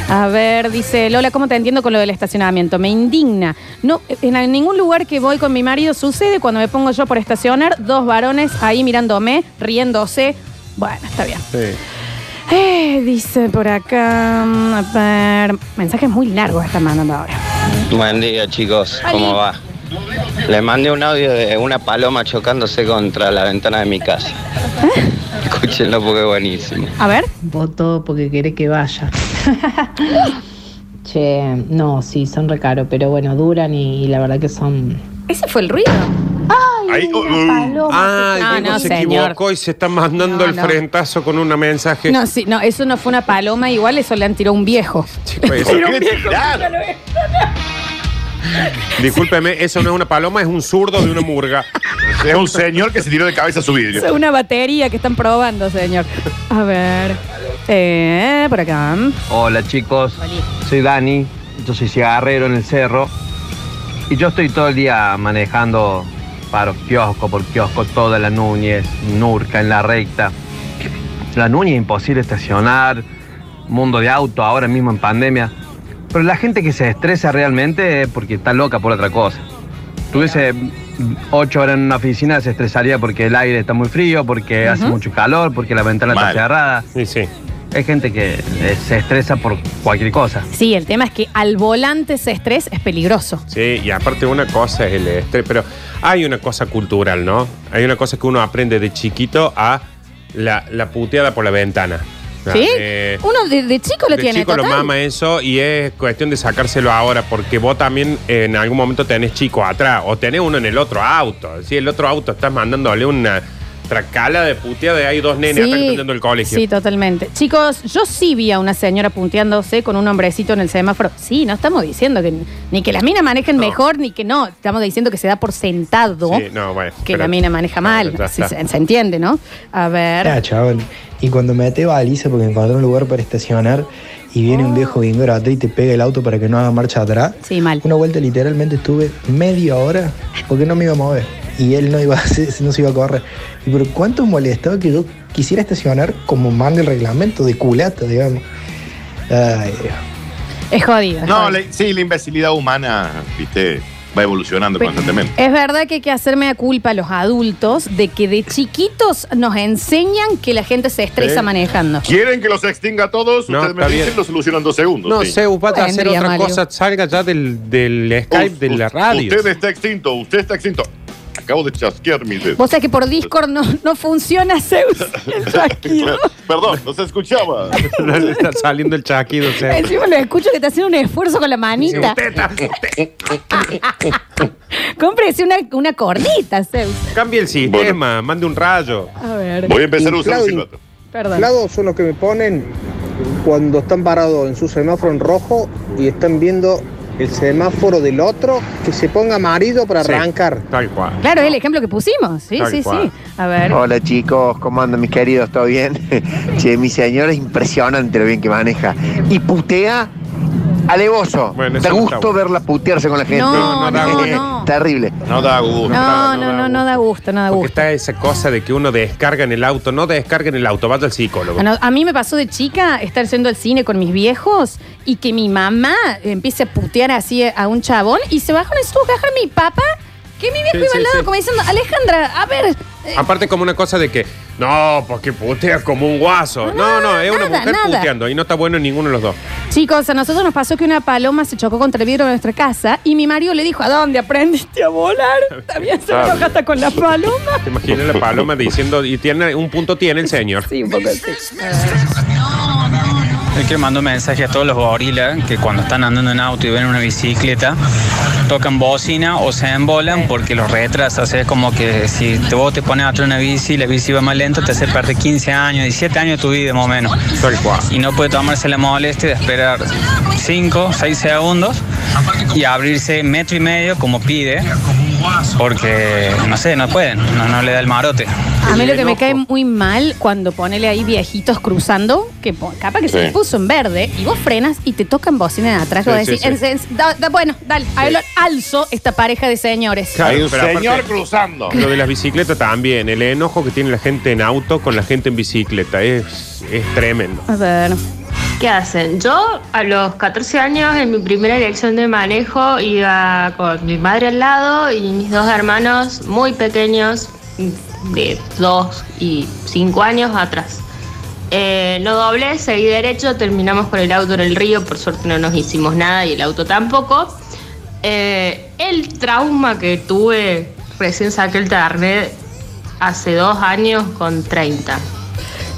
Speaker 4: A ver, dice Lola, ¿cómo te entiendo con lo del estacionamiento? Me indigna. No, en ningún lugar que voy con mi marido sucede cuando me pongo yo por estacionar, dos varones ahí mirándome, riéndose. Bueno, está bien.
Speaker 3: Sí.
Speaker 4: Eh, dice por acá. mm, A ver. Mensajes muy largos están mandando ahora.
Speaker 10: Buen día chicos, ¿cómo va? Les mandé un audio de una paloma chocándose contra la ventana de mi casa. Escúchenlo porque es buenísimo.
Speaker 4: A ver.
Speaker 11: Voto porque quiere que vaya. che, no, sí, son re caro, pero bueno, duran y, la verdad que son.
Speaker 4: Ese fue el ruido.
Speaker 5: Ahí, uh, uh,
Speaker 3: Ah,
Speaker 4: No,
Speaker 3: Diego
Speaker 4: no,
Speaker 3: se
Speaker 4: señor.
Speaker 3: equivocó y se está mandando
Speaker 4: No,
Speaker 3: el
Speaker 4: no.
Speaker 3: frentazo con un mensaje.
Speaker 4: No, sí, no, eso no fue una paloma, igual eso le han tirado un viejo.
Speaker 3: Chico, eso-
Speaker 5: ¿Por qué le tiraron?
Speaker 3: discúlpeme, eso no es una paloma, es un zurdo de una murga.
Speaker 5: Es un señor que se tiró de cabeza a su
Speaker 4: Es
Speaker 5: vidrio.
Speaker 4: una batería que están probando, señor. A ver. Eh, por acá.
Speaker 10: Hola chicos, soy Dani, yo soy cigarrero en el cerro y yo estoy todo el día manejando paro kiosco por kiosco, toda la Núñez, Nurca en la recta. La Núñez imposible estacionar, mundo de auto ahora mismo en pandemia. Pero la gente que se estresa realmente es porque está loca por otra cosa. Tuviese ocho horas en una oficina se estresaría porque el aire está muy frío, porque hace mucho calor, porque la ventana
Speaker 5: Mal.
Speaker 10: está cerrada.
Speaker 3: Sí, sí.
Speaker 10: Hay gente que eh, se estresa por cualquier cosa.
Speaker 4: Sí, el tema es que al volante ese estrés es peligroso.
Speaker 3: Sí, y aparte una cosa es el estrés, pero hay una cosa cultural, ¿no? Hay una cosa que uno aprende de chiquito a la, la puteada por la ventana.
Speaker 4: ¿Sí?
Speaker 3: Eh,
Speaker 4: Uno de, de chico lo
Speaker 3: de
Speaker 4: tiene,
Speaker 3: chico lo
Speaker 4: total.
Speaker 3: mama eso y es cuestión de sacárselo ahora porque vos también eh, en algún momento tenés chico atrás o tenés uno en el otro auto. Si el otro auto estás mandándole una tracala de puteada de hay dos nenes acá que están yendo al colegio.
Speaker 4: sí, totalmente. Chicos, yo sí vi a una señora punteándose con un hombrecito en el semáforo. Sí, no estamos diciendo que ni que las minas manejen
Speaker 3: No.
Speaker 4: mejor, ni que no. Estamos diciendo que se da por sentado
Speaker 3: Sí, no, bueno,
Speaker 4: que
Speaker 3: pero-
Speaker 4: la mina maneja
Speaker 3: no,
Speaker 4: mal.
Speaker 3: ya
Speaker 4: Sí,
Speaker 3: está.
Speaker 4: se, se entiende, ¿no? A ver.
Speaker 11: chaval. Y cuando me te baliza porque encontré un lugar para estacionar y viene un viejo bien grato y te pega el auto para que no haga marcha atrás.
Speaker 4: Sí, mal.
Speaker 11: Una vuelta literalmente estuve media hora porque no me iba a mover y él no iba a hacer- no se iba a correr. Y pero cuánto molestaba que yo quisiera estacionar como manda el reglamento de culata, digamos. Ay, Dios.
Speaker 4: Es jodido. es
Speaker 5: No,
Speaker 4: jodido.
Speaker 5: la- sí, la imbecilidad humana, viste, va evolucionando
Speaker 4: Pero-
Speaker 5: constantemente.
Speaker 4: Es verdad que hay que hacerme la culpa a los adultos de que de chiquitos nos enseñan que la gente se estresa
Speaker 3: Sí.
Speaker 4: manejando.
Speaker 5: ¿Quieren que los extinga a todos?
Speaker 3: No,
Speaker 5: Ustedes me
Speaker 3: está
Speaker 5: dicen,
Speaker 3: bien.
Speaker 5: lo solucionan en dos segundos.
Speaker 3: No,
Speaker 5: sí.
Speaker 3: Zeus, vas a
Speaker 4: Bueno,
Speaker 3: hacer
Speaker 4: diría
Speaker 3: otra
Speaker 4: Mario.
Speaker 3: cosa, salga ya del, del Skype
Speaker 5: Us-
Speaker 3: de la
Speaker 5: us-
Speaker 3: radio.
Speaker 5: Usted está extinto, usted está extinto. Acabo de chasquear mi dedo.
Speaker 4: Vos sabés que por Discord no, no funciona Zeus. El chasquido.
Speaker 5: Perdón, no se escuchaba.
Speaker 3: No le está saliendo el chaquido, o sea.
Speaker 4: Encima lo escucho que está haciendo un esfuerzo con la manita. Cómprese una, una cordita, Zeus.
Speaker 3: Cambie el sistema, mande un rayo.
Speaker 4: A ver.
Speaker 5: Voy a empezar a usar un
Speaker 11: Claudio.
Speaker 5: silbato.
Speaker 4: Perdón.
Speaker 11: Lados son los que me ponen cuando están parados en su semáforo en rojo y están viendo el semáforo del otro que se ponga amarillo para
Speaker 3: Sí.
Speaker 11: arrancar.
Speaker 3: Tal cual.
Speaker 4: Claro, es el ejemplo que pusimos. Sí,
Speaker 11: Tal
Speaker 4: sí,
Speaker 11: cual.
Speaker 4: sí. A ver.
Speaker 12: Hola chicos, ¿cómo andan mis queridos? ¿Todo bien? che, mi señora es impresionante lo bien que maneja. Y putea alevoso.
Speaker 3: Bueno, eso
Speaker 12: da
Speaker 3: no está
Speaker 12: gusto verla putearse con la gente.
Speaker 4: No, No, no da no, gusto. no.
Speaker 12: Terrible.
Speaker 5: No da gusto.
Speaker 4: No, no, no, no da gusto, no da
Speaker 3: Porque
Speaker 4: gusto.
Speaker 3: está esa cosa de que uno descarga en el auto, no descarga en el auto, vaya al psicólogo.
Speaker 4: Ah, no, a mí me pasó de chica estar yendo al cine con mis viejos y que mi mamá empiece a putear así a un chabón y se bajó en su caja mi papá, que mi viejo
Speaker 3: Sí,
Speaker 4: iba
Speaker 3: sí,
Speaker 4: al lado
Speaker 3: sí.
Speaker 4: como diciendo, Alejandra, a ver, eh,
Speaker 3: Aparte como una cosa de que, no, porque putea como un guaso. No, no, es una
Speaker 4: nada,
Speaker 3: mujer
Speaker 4: nada.
Speaker 3: puteando y no está bueno en ninguno de los dos.
Speaker 4: chicos, a nosotros nos pasó que una paloma se chocó contra el vidrio de nuestra casa y mi marido le dijo, ¿a dónde aprendiste a volar? También se
Speaker 3: Claro.
Speaker 4: enoja hasta con la paloma.
Speaker 3: Te imaginas la paloma diciendo, y tiene un punto tiene el señor.
Speaker 4: Sí, un poco así.
Speaker 13: Hay que mandar un mensaje a todos los gorilas que cuando están andando en auto y ven una bicicleta, tocan bocina o se embolan porque los retrasa. O sea, es como que si te, vos te pones atrás de una bici y la bici va más lento, te hace perder 15 años, 17 años de tu vida más o menos. Y no puede tomarse la molestia de esperar 5, 6 segundos y abrirse metro y medio como pide. Porque, no sé, no pueden, no, no le da el marote.
Speaker 4: A mí lo que me cae muy mal cuando ponele ahí viejitos cruzando, que po- capaz que se
Speaker 13: Sí.
Speaker 4: les puso en verde, y vos frenas y te tocan bocina de atrás.
Speaker 5: Sí,
Speaker 4: vos
Speaker 5: sí,
Speaker 4: decís,
Speaker 5: sí.
Speaker 4: "En- en- da- da- bueno, dale, ahí lo alzo esta pareja de señores.
Speaker 3: Claro,
Speaker 5: Hay un
Speaker 3: pero aparte-
Speaker 5: señor cruzando.
Speaker 3: Lo de las bicicletas también, el enojo que tiene la gente en auto con la gente en bicicleta, es, es tremendo.
Speaker 4: A ver.
Speaker 14: ¿Qué hacen? Yo a los 14 años en mi primera elección de manejo iba con mi madre al lado y mis dos hermanos muy pequeños, de 2 y 5 años atrás. Eh, no doblé, seguí derecho, terminamos con el auto en el río, por suerte no nos hicimos nada y el auto tampoco. Eh, el trauma que tuve, recién saqué el carnet hace dos años con 30.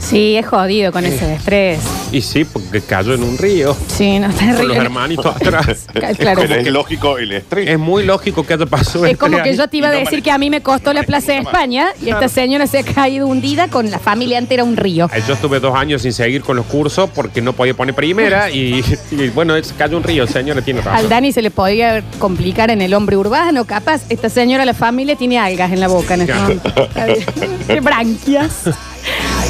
Speaker 4: Sí, es jodido con ese destrés.
Speaker 3: Y sí, porque cayó en un río.
Speaker 4: Sí, no,
Speaker 3: Con los
Speaker 4: terrible.
Speaker 3: hermanitos atrás.
Speaker 4: Claro.
Speaker 5: Pero es lógico el estrés.
Speaker 3: Es muy lógico que haya pasado
Speaker 4: Es
Speaker 3: el
Speaker 4: como
Speaker 3: tren.
Speaker 4: que yo te iba a decir que a mí me costó la Plaza de España y esta señora se ha caído hundida con la familia entera a un río.
Speaker 3: Eh, Yo estuve dos años sin seguir con los cursos porque no podía poner primera y, y, bueno, es, cayó un río, señora, tiene
Speaker 4: Al
Speaker 3: razón.
Speaker 4: Dani se le podía complicar en el hombre urbano, capaz. Esta señora, la familia, tiene algas en la boca en este
Speaker 3: Claro.
Speaker 4: momento. Está bien. ¡Qué branquias!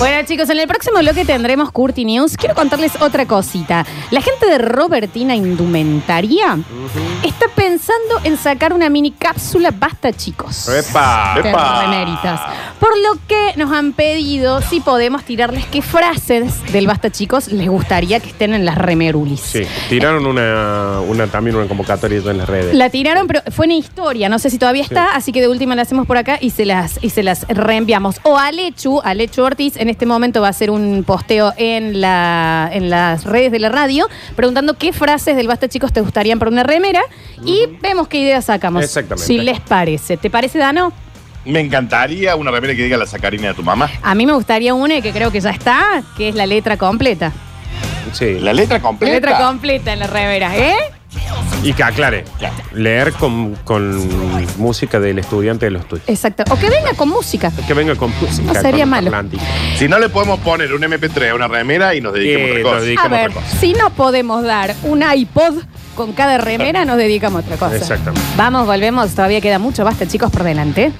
Speaker 4: Bueno, chicos, en el próximo bloque tendremos Curti News. Quiero contarles otra cosita. La gente de Robertina Indumentaria está pensando en sacar una mini cápsula Basta, chicos.
Speaker 3: ¡Epa!
Speaker 4: De
Speaker 3: ¡Epa!
Speaker 4: remeritas. Por lo que nos han pedido si podemos tirarles qué frases del Basta, chicos, les gustaría que estén en las remerulis.
Speaker 3: Sí, tiraron una, una también una convocatoria en las redes.
Speaker 4: La tiraron, pero fue una historia. No sé si todavía está, así que de última la hacemos por acá y se las, y se las reenviamos. O Alechu, Alechu Ortiz, en este momento va a hacer un posteo en, la, en las redes de la radio preguntando qué frases del Basta Chicos te gustarían para una remera y vemos qué ideas sacamos.
Speaker 5: Exactamente.
Speaker 4: Si les parece. ¿Te parece, Dano?
Speaker 5: Me encantaría una remera que diga la sacarina de tu mamá.
Speaker 4: A mí me gustaría una que creo que ya está, que es la letra completa.
Speaker 3: Sí.
Speaker 5: La letra
Speaker 4: La
Speaker 5: completa.
Speaker 4: letra completa en la remera, ¿eh?
Speaker 3: Y que aclare. Leer con, con música del estudiante de los tuyos.
Speaker 4: Exacto. O que venga con música.
Speaker 3: Que venga con música.
Speaker 4: No sería
Speaker 3: con
Speaker 4: malo.
Speaker 3: parlante.
Speaker 5: Si no le podemos poner un MP3 a una remera y nos dediquemos
Speaker 3: Sí,
Speaker 5: a otra cosa.
Speaker 3: nos
Speaker 4: A ver, si no podemos dar un iPod con cada remera, nos dedicamos a otra cosa.
Speaker 5: Exactamente.
Speaker 4: Vamos, volvemos. Todavía queda mucho. Basta, chicos, por delante.